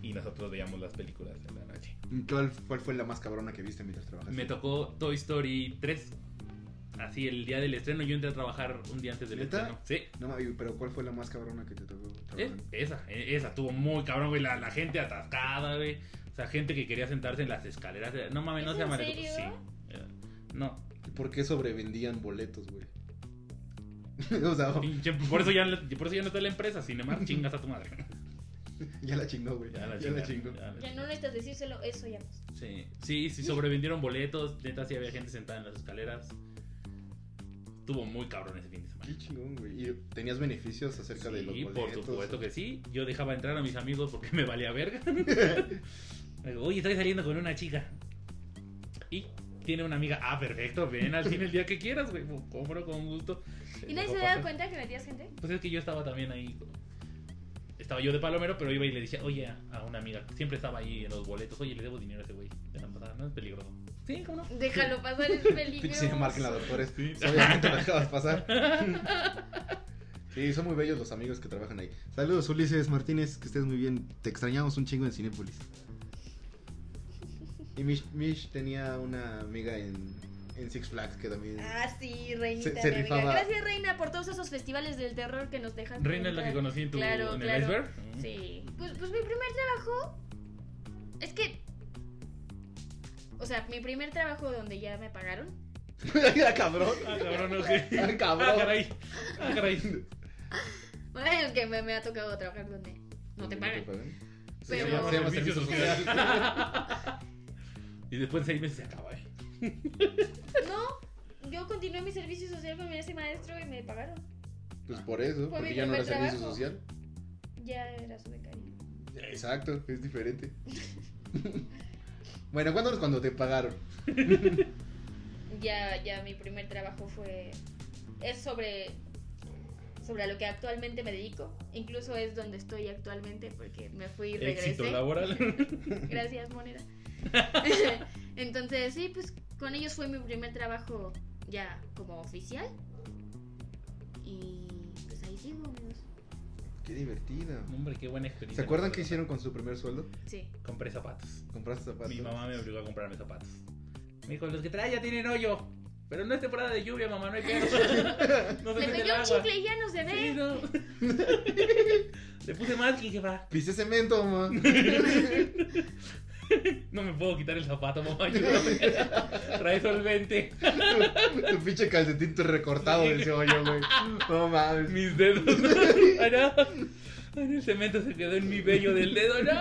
Speaker 3: Y nosotros veíamos las películas en la noche.
Speaker 1: ¿Cuál, cuál fue la más cabrona que viste mientras trabajaste?
Speaker 3: Me tocó Toy Story 3. Así, el día del estreno yo entré a trabajar un día antes del
Speaker 1: ¿Neta?
Speaker 3: estreno. Sí.
Speaker 1: No, mami, pero ¿cuál fue la más cabrona que te tocó
Speaker 3: Eh,
Speaker 1: trabajar?
Speaker 3: Esa, eh, esa, tuvo muy cabrón, güey. La, la gente atascada, güey. O sea, gente que quería sentarse en las escaleras. No mames, no
Speaker 4: ¿Es
Speaker 3: sea
Speaker 4: en
Speaker 3: marico. Sí.
Speaker 4: serio?
Speaker 3: Eh, No,
Speaker 1: ¿Por qué sobrevendían boletos, güey? o sea,
Speaker 3: pinche, por eso ya, por eso ya no está la empresa. Cinemar, chingas a tu madre.
Speaker 1: ya la chingó, güey. Ya
Speaker 3: Ya la
Speaker 1: la,
Speaker 3: chingaron,
Speaker 1: chingó.
Speaker 3: ya la
Speaker 4: Ya no necesitas decírselo, eso ya pasó.
Speaker 3: Sí, sí, sí, sobrevendieron boletos. Neta, sí había gente sentada en las escaleras. Estuvo muy cabrón ese fin de semana.
Speaker 1: Qué chingón, güey. ¿Y tenías beneficios acerca de los
Speaker 3: Sí,
Speaker 1: boletos?
Speaker 3: por supuesto que sí. Yo dejaba entrar a mis amigos porque me valía verga. Me digo, Oye, estoy saliendo con una chica. Y tiene una amiga. Ah, perfecto, ven al cine el día que quieras, güey. Pues, Compro con gusto.
Speaker 4: ¿Y nadie
Speaker 3: Dejo
Speaker 4: se daba
Speaker 3: pasar.
Speaker 4: cuenta que metías gente?
Speaker 3: Pues es que yo estaba también ahí. Estaba yo de palomero, pero iba y le decía, oye, a una amiga, siempre estaba ahí en los boletos, oye, le debo dinero a ese güey. De la pasada, no es peligroso. Sí, cómo no.
Speaker 4: Déjalo pasar, es peligro.
Speaker 1: Pinche marquen a doctores. Obviamente lo dejabas pasar. Sí, son muy bellos los amigos que trabajan ahí. Saludos, Ulises Martínez, que estés muy bien. Te extrañamos un chingo en Cinépolis. Y Mish, Mish tenía una amiga en, en Six Flags que también.
Speaker 4: Ah, sí, reinita.
Speaker 1: Se- se
Speaker 4: mi amiga.
Speaker 1: rifaba.
Speaker 4: Gracias, reina, por todos esos festivales del terror que nos dejas.
Speaker 3: Reina es la que
Speaker 4: entrar.
Speaker 3: conocí en, tu,
Speaker 4: Claro,
Speaker 3: en el
Speaker 4: claro.
Speaker 3: iceberg.
Speaker 4: Sí.
Speaker 2: Pues, pues mi primer trabajo. Es que. O sea, mi primer trabajo donde ya me pagaron.
Speaker 1: ¡Ah, cabrón!
Speaker 3: Ah, cabrón, ok.
Speaker 1: ¡Ah,
Speaker 3: Ah,
Speaker 1: cabrón!
Speaker 3: caray. Ah, caray.
Speaker 2: Bueno, que me, me ha tocado trabajar donde no te pagan.
Speaker 1: Se
Speaker 2: Pero-
Speaker 1: llama, se llama servicio
Speaker 3: Servicio social.
Speaker 1: social.
Speaker 3: Y después de seis meses se acaba, ¿eh?
Speaker 4: No, yo continué mi servicio social con ese maestro y me pagaron.
Speaker 1: Pues por eso,
Speaker 4: Fue
Speaker 1: porque
Speaker 4: mi
Speaker 1: ya no era
Speaker 4: primer
Speaker 1: servicio
Speaker 4: trabajo.
Speaker 1: social.
Speaker 4: Ya era su becario.
Speaker 1: Exacto, es diferente. bueno, ¿cuándo es cuando te pagaron?
Speaker 4: Ya, ya mi primer trabajo fue. Es sobre. Sobre a lo que actualmente me dedico.
Speaker 2: Incluso es donde estoy actualmente porque me fui y regresé.
Speaker 3: Éxito laboral.
Speaker 2: Gracias, moneda. Entonces, sí, pues con ellos fue mi primer trabajo ya como oficial. Y pues ahí sigo, amigos.
Speaker 1: Qué divertido.
Speaker 3: Hombre, qué buena experiencia.
Speaker 1: ¿Se acuerdan qué hicieron con su primer sueldo?
Speaker 2: Sí.
Speaker 3: Compré zapatos.
Speaker 1: ¿Compraste zapatos?
Speaker 3: Mi mamá me obligó a comprarme zapatos. Me dijo, los que trae ya tienen hoyo. Pero no es temporada de lluvia, mamá, no hay pedo. No se
Speaker 2: Le
Speaker 3: mete el
Speaker 2: pegué un
Speaker 3: agua.
Speaker 2: chicle ¿eh? y ya no se
Speaker 3: Sí,
Speaker 2: ve.
Speaker 3: no. Le puse más que va.
Speaker 1: Pise cemento, mamá.
Speaker 3: No me puedo quitar el zapato, mamá. Ayúdame. Trae solvente.
Speaker 1: tu pinche calcetín te recortado del cebollo, güey. No mames.
Speaker 3: Mis dedos. Ay, no. Ay, el cemento se quedó en mi vello del dedo. ¡No!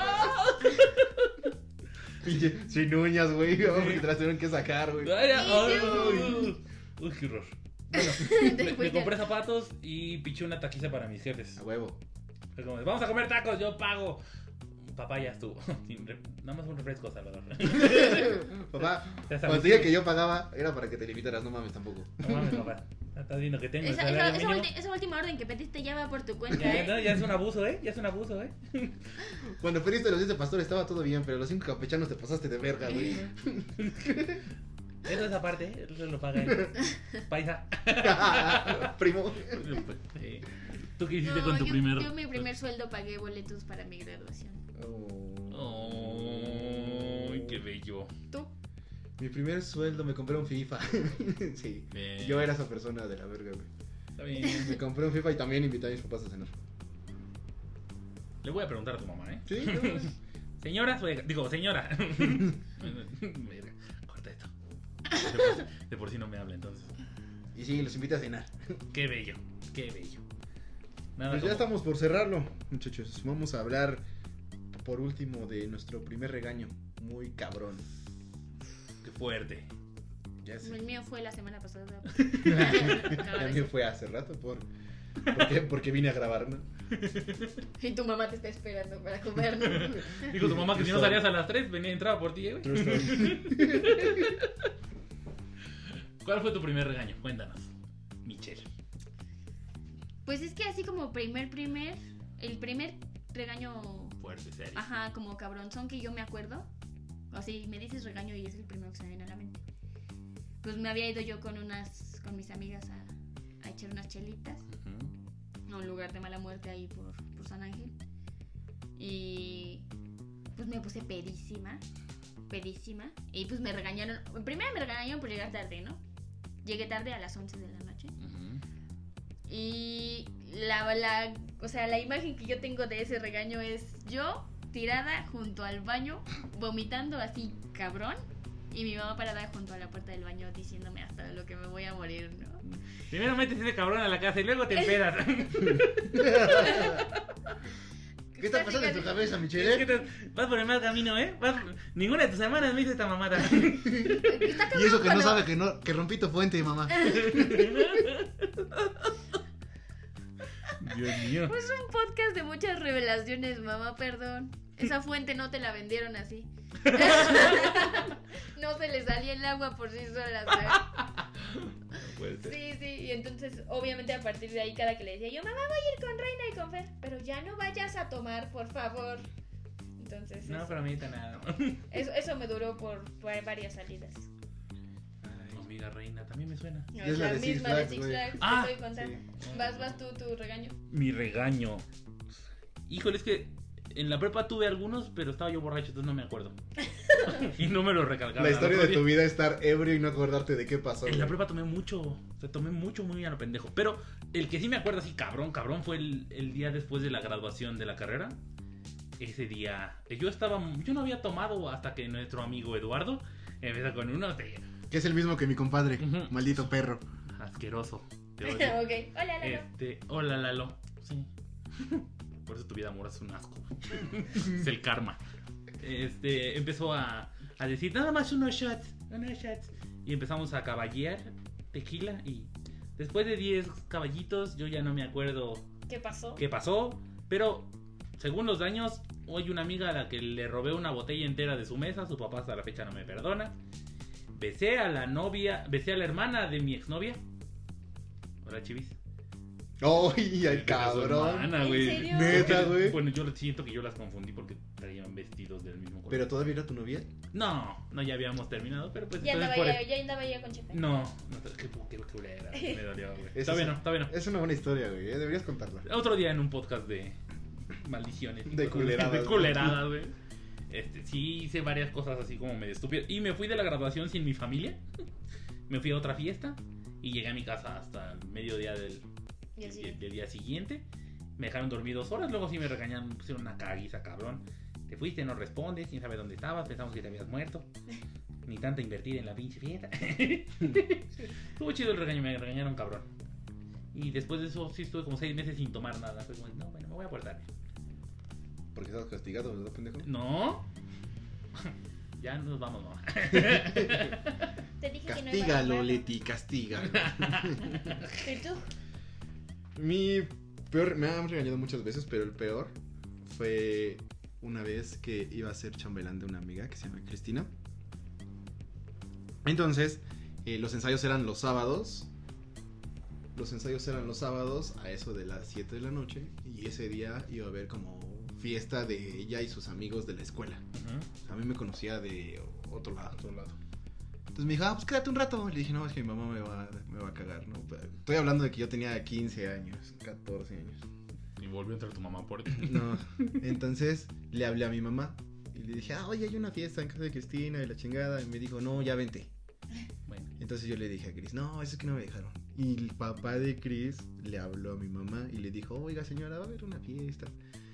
Speaker 1: Pinche sin uñas, güey. No, Porque te las tuvieron que sacar, güey.
Speaker 3: Ay, ay,
Speaker 2: Ew.
Speaker 3: uy. Uy, qué horror. Bueno, me, me compré zapatos y piché una taquiza para mis jefes.
Speaker 1: A huevo.
Speaker 3: Fue como, Vamos a comer tacos, yo pago. Papá ya estuvo. Sin re- Nada más un refresco, Salvador.
Speaker 1: Papá,
Speaker 3: Ya sabes.
Speaker 1: cuando te dije que yo pagaba, era para que te limitaras, no mames tampoco.
Speaker 3: No mames, papá. Ya Estás viendo que tengo el
Speaker 2: Esa, esa-
Speaker 3: salario
Speaker 2: esa
Speaker 3: mínimo.
Speaker 2: ulti- esa última orden que pediste ya va por tu cuenta,
Speaker 3: Ya,
Speaker 2: ¿eh?
Speaker 3: no, ya es un abuso, ¿eh? Ya es un abuso, ¿eh?
Speaker 1: Cuando pediste los 10 este, de pastor estaba todo bien, pero los 5 campechanos te pasaste de verga, güey.
Speaker 3: Eso es aparte, ¿eh? Eso lo paga él. Paisa.
Speaker 1: Primo.
Speaker 3: Sí. ¿Tú qué hiciste
Speaker 2: No,
Speaker 3: con tu
Speaker 2: yo,
Speaker 3: primer...?
Speaker 2: yo mi primer sueldo pagué boletos para mi graduación.
Speaker 1: Oh.
Speaker 3: Oh. Qué bello.
Speaker 2: ¿Tú?
Speaker 1: Mi primer sueldo me compré un FIFA. sí.
Speaker 3: Bien.
Speaker 1: Yo era esa persona de la verga, güey.
Speaker 3: Está bien.
Speaker 1: Me compré un FIFA y también invité a mis papás a cenar.
Speaker 3: Le voy a preguntar a tu mamá, ¿eh?
Speaker 1: Sí, no, güey.
Speaker 3: Señora, suegra. Digo, señora. Verga, Corta esto. De por, de por sí no me habla entonces.
Speaker 1: Y sí, los invité a cenar.
Speaker 3: Qué bello. Qué bello. Nada
Speaker 1: Pues ya
Speaker 3: como-
Speaker 1: estamos por cerrarlo, muchachos. Vamos a hablar por último de nuestro primer regaño. Muy cabrón.
Speaker 3: Qué fuerte.
Speaker 1: Ya sé.
Speaker 2: El mío fue la semana pasada.
Speaker 1: A mí fue hace rato por porque, porque vine a grabar, ¿no?
Speaker 2: y tu mamá te está esperando para comer. ¿no?
Speaker 3: Dijo tu mamá que si no
Speaker 1: Eso.
Speaker 3: salías a las 3, venía y entraba por ti, ¿eh, güey.
Speaker 1: True story.
Speaker 3: ¿Cuál fue tu primer regaño? Cuéntanos. Michelle.
Speaker 2: Pues es que así como primer, primer, el primer regaño,
Speaker 3: Fuerte, serio.
Speaker 2: ajá, como cabronzón que yo me acuerdo. Así me dices regaño y es el primero que se me viene a la mente. Pues me había ido yo con unas, con mis amigas a, a echar unas chelitas
Speaker 3: Ujú.
Speaker 2: a un lugar de mala muerte ahí por, por San Ángel. Y pues me puse pedísima, pedísima. Y pues me regañaron, primero me regañaron por llegar tarde, ¿no? Llegué tarde a las 11 de la noche.
Speaker 3: Ujú.
Speaker 2: Y la, la- o sea, la imagen que yo tengo de ese regaño es yo tirada junto al baño, vomitando así cabrón, y mi mamá parada junto a la puerta del baño diciéndome hasta lo que me voy a morir, ¿no?
Speaker 3: Primero metes ese cabrón a la casa y luego te empedas.
Speaker 1: ¿Qué está
Speaker 2: Pues,
Speaker 1: pasando en tu cabeza, Michelle?
Speaker 3: Vas por el mal camino, ¿eh? Vas- Ninguna de tus hermanas me hizo esta mamada.
Speaker 2: Está
Speaker 1: Y eso que no
Speaker 2: cabrón
Speaker 1: sabe que no que rompí tu fuente, mamá.
Speaker 3: Dios mío.
Speaker 2: Pues un podcast de muchas revelaciones, mamá, perdón. Esa fuente no te la vendieron así. no se le salía el agua por sí sola, ¿sabes?
Speaker 1: Pues,
Speaker 2: Sí, sí, y entonces obviamente a partir de ahí cada que le decía yo, mamá voy a ir con Reina y con Fer, pero ya no vayas a tomar, por favor. Entonces
Speaker 3: No,
Speaker 2: eso,
Speaker 3: pero ahorita nada.
Speaker 2: eso, eso me duró por, por varias salidas.
Speaker 3: Amiga reina, también me suena.
Speaker 2: No,
Speaker 1: es la de Six Flags, güey.
Speaker 2: que
Speaker 3: Ah,
Speaker 2: estoy contando. Vas, vas tú, tu regaño.
Speaker 3: Mi regaño. Híjole, es que en la prepa tuve algunos, pero estaba yo borracho, entonces no me acuerdo. y no me lo recalcaba.
Speaker 1: La historia
Speaker 3: Al
Speaker 1: de
Speaker 3: otro
Speaker 1: tu
Speaker 3: día-
Speaker 1: vida es estar ebrio y no acordarte de qué pasó.
Speaker 3: En la
Speaker 1: güey.
Speaker 3: prepa tomé mucho. O sea, tomé mucho, muy a lo pendejo. Pero el que sí me acuerdo así, cabrón, cabrón, fue el, el día después de la graduación de la carrera. Ese día. Yo estaba. Yo no había tomado hasta que nuestro amigo Eduardo empieza con uno de
Speaker 1: Que es el mismo que mi compadre,
Speaker 3: Ujú.
Speaker 1: maldito perro.
Speaker 3: asqueroso. te odio.
Speaker 4: ok, hola, Lalo.
Speaker 3: Este, hola Lalo. Sí. Por eso tu vida amorosa es un asco. es el karma. Este, empezó a, a decir nada más unos shots, unos shots. Y empezamos a caballear tequila y después de 10 caballitos yo ya no me acuerdo
Speaker 4: ¿Qué pasó?
Speaker 3: qué pasó, pero según los daños, hoy una amiga a la que le robé una botella entera de su mesa, su papá hasta la fecha no me perdona. Besé a la novia, besé a la hermana de mi exnovia. Hola, chivis.
Speaker 1: ¡Ay,
Speaker 3: Ay,
Speaker 1: al cabrón!
Speaker 3: hermana, güey.
Speaker 4: ¿En serio?
Speaker 1: Neta,
Speaker 3: Porque-
Speaker 1: güey.
Speaker 3: Bueno, yo lo- siento que yo las confundí porque traían vestidos del mismo color.
Speaker 1: ¿Pero todavía era tu novia?
Speaker 3: No, no, ya habíamos terminado, pero pues
Speaker 4: Ya
Speaker 3: entonces
Speaker 4: andaba
Speaker 3: por
Speaker 4: ya,
Speaker 3: el-
Speaker 4: ya andaba ya con Chepe.
Speaker 3: No, no, qué, qué, qué culera, me dolió, güey.
Speaker 1: Eso
Speaker 3: Está bien,
Speaker 1: sí.
Speaker 3: está bien.
Speaker 1: Es una buena historia, güey. ¿eh? Deberías contarla.
Speaker 3: Otro día en un podcast de maldiciones. y
Speaker 1: De
Speaker 3: cosas-
Speaker 1: culeradas,
Speaker 3: De
Speaker 1: güey.
Speaker 3: culeradas, güey. Este, sí hice varias cosas así como medio estúpidas. Y me fui de la graduación sin mi familia. Me fui a otra fiesta. Y llegué a mi casa hasta el mediodía del,
Speaker 4: Y
Speaker 3: del-
Speaker 4: el siguiente.
Speaker 3: del día siguiente. Me dejaron dormir dos horas. Luego sí me regañaron, me pusieron una caguiza, cabrón. Te fuiste, no respondes, quién sabe dónde estabas. Pensamos que te habías muerto. Ni tanto invertir en la pinche fiesta. Estuvo chido el regaño, me regañaron cabrón. Y después de eso sí estuve como seis meses sin tomar nada. Fue como, no, bueno, me voy a portar. bien".
Speaker 1: Porque estabas castigado, ¿verdad, pendejo?
Speaker 3: No. ya nos vamos, mamá.
Speaker 4: Te dije que no iba a
Speaker 1: Castígalo,
Speaker 4: grabar.
Speaker 1: Leti, castígalo.
Speaker 4: ¿Y tú?
Speaker 1: Mi peor, me han regañado muchas veces, pero el peor fue una vez que iba a ser chambelán de una amiga que se llama Cristina. Entonces, eh, los ensayos eran los sábados. Los ensayos eran los sábados a eso de las 7 de la noche. Y ese día iba a haber como fiesta de ella y sus amigos de la escuela.
Speaker 3: Ujú.
Speaker 1: A mí me conocía de otro lado. Otro lado. Entonces me dijo, ah, pues quédate un rato. Le dije, no, es que mi mamá me va, me va a cagar, ¿no? Estoy hablando de que yo tenía 15 años, 14 años.
Speaker 3: Y volvió a entrar tu mamá por ti.
Speaker 1: No. Entonces le hablé a mi mamá y le dije, ah, oye, hay una fiesta en casa de Cristina y la chingada. Y me dijo, no, ya vente.
Speaker 3: Bueno,
Speaker 1: Entonces yo le dije a Cris, no, eso es que no me dejaron. Y el papá de Cris le habló a mi mamá y le dijo, oiga señora, va a haber una fiesta.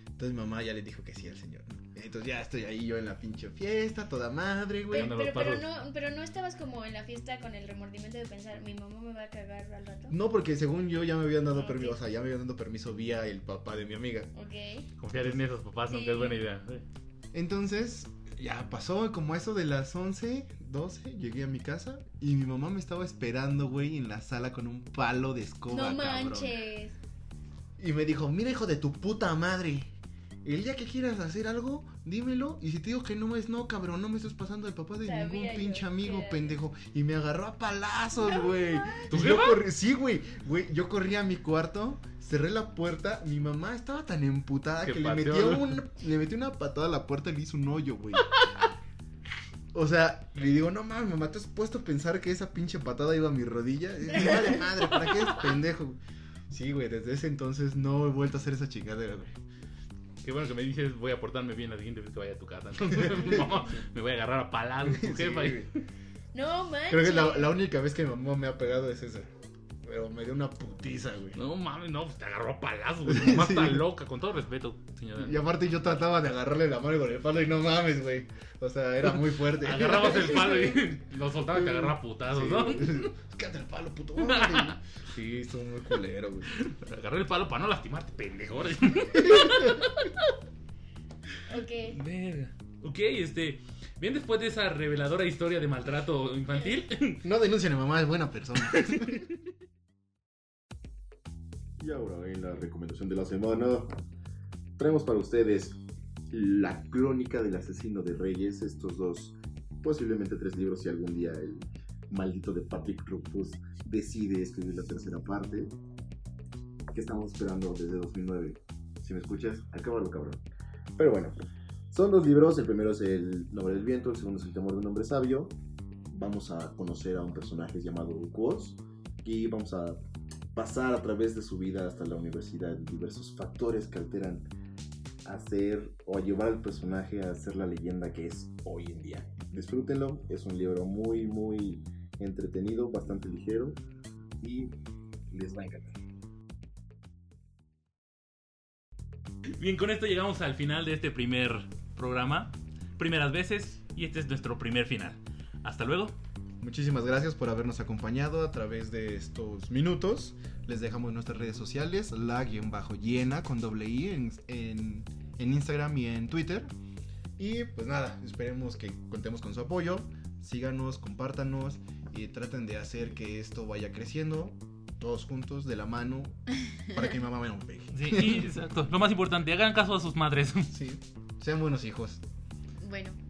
Speaker 1: Entonces mi mamá ya le dijo que sí al señor. ¿no? Entonces ya estoy ahí yo en la pinche fiesta, toda madre, güey.
Speaker 4: Pero,
Speaker 3: Bueno,
Speaker 4: pero,
Speaker 3: los
Speaker 4: pero
Speaker 3: parros.
Speaker 4: no, pero no estabas como en la fiesta con el remordimiento de pensar, mi mamá me va a cagar al rato.
Speaker 1: No, porque según yo ya me habían dado
Speaker 4: Ah,
Speaker 1: permiso,
Speaker 4: ok.
Speaker 1: o sea, ya me habían dado permiso vía el papá de mi amiga.
Speaker 4: Ok.
Speaker 3: confiar en esos papás
Speaker 4: Sí.
Speaker 3: nunca es buena idea.
Speaker 1: Entonces, ya pasó como a eso de las 11, 12, llegué a mi casa y mi mamá me estaba esperando, güey, en la sala con un palo de escoba,
Speaker 4: No
Speaker 1: cabrón.
Speaker 4: manches.
Speaker 1: Y me dijo, mira hijo de tu puta madre, el día que quieras hacer algo, dímelo. Y si te digo que no es no, cabrón, no me estás pasando el papá de
Speaker 4: Sabía
Speaker 1: ningún
Speaker 4: yo
Speaker 1: pinche
Speaker 4: que
Speaker 1: amigo,
Speaker 4: era-
Speaker 1: pendejo. Y me agarró a palazos, güey.
Speaker 3: ¿Tu
Speaker 1: Y yo
Speaker 3: jefa?
Speaker 1: corrí- sí, güey. Güey, yo corrí a mi cuarto, cerré la puerta. Mi mamá estaba tan emputada
Speaker 3: Que
Speaker 1: que, le,
Speaker 3: pateó,
Speaker 1: metió
Speaker 3: ¿no?
Speaker 1: un, le metió una patada a la puerta y le hizo un hoyo, güey. O sea, le digo, no mames, mamá, ¿te has puesto a pensar que esa pinche patada iba a mi rodilla? Me vale madre, ¿para qué eres pendejo? Sí, güey, desde ese entonces no he vuelto a hacer esa chingadera, güey.
Speaker 3: Qué bueno que me dices, voy a portarme bien la siguiente vez que vaya a tu casa. No, me voy a agarrar a palabras tu
Speaker 1: Sí,
Speaker 3: jefa. ¿eh?
Speaker 1: güey.
Speaker 4: No manches.
Speaker 1: Creo que la, la única vez que mi mamá me ha pegado es esa. Pero me dio una putiza, güey.
Speaker 3: No mames, no, pues te agarró a palazos, güey. Tu mamá
Speaker 1: Sí.
Speaker 3: está loca, con todo respeto, señora.
Speaker 1: Y aparte yo trataba de agarrarle la mano con el palo y no mames, güey. O sea, era muy fuerte.
Speaker 3: Agarrabas el palo y nos soltaba que agarraba putazos,
Speaker 1: Sí,
Speaker 3: ¿no?
Speaker 1: güey. Quédate el palo, puto. órale. Sí, estuvo muy culero, güey.
Speaker 3: Agarré el palo para no lastimarte, pendejo.
Speaker 4: Ok.
Speaker 3: Verga. Ok, este. Bien, después de esa reveladora historia de maltrato infantil,
Speaker 1: No denuncien a mamá, es buena persona.
Speaker 5: Y ahora en la recomendación de la semana traemos para ustedes la crónica del asesino de reyes, estos dos, posiblemente tres libros si algún día el maldito de Patrick Rufus decide escribir la tercera parte, que estamos esperando desde 2009. Si me escuchas, acábalo cabrón. Pero bueno, son dos libros, el primero es El nombre del viento, el segundo es El temor de un hombre sabio. Vamos a conocer a un personaje llamado Quos y vamos a pasar a través de su vida hasta la universidad, diversos factores que alteran hacer o llevar al personaje a ser la leyenda que es hoy en día. Disfrútenlo, es un libro muy, muy entretenido, bastante ligero y les va a encantar.
Speaker 3: bien, con esto llegamos al final de este primer programa. Primeras veces, y este es nuestro primer final. Hasta luego.
Speaker 1: Muchísimas gracias por habernos acompañado a través de estos minutos. Les dejamos nuestras redes sociales, la-llena con doble i en, en- en Instagram y en Twitter. Y pues nada, esperemos que contemos con su apoyo. Síganos, compártanos y traten de hacer que esto vaya creciendo todos juntos, de la mano, para que mi mamá me lo pegue.
Speaker 3: Sí, y, exacto. Lo más importante, hagan caso a sus madres.
Speaker 1: Sí, sean buenos hijos.
Speaker 2: Bueno,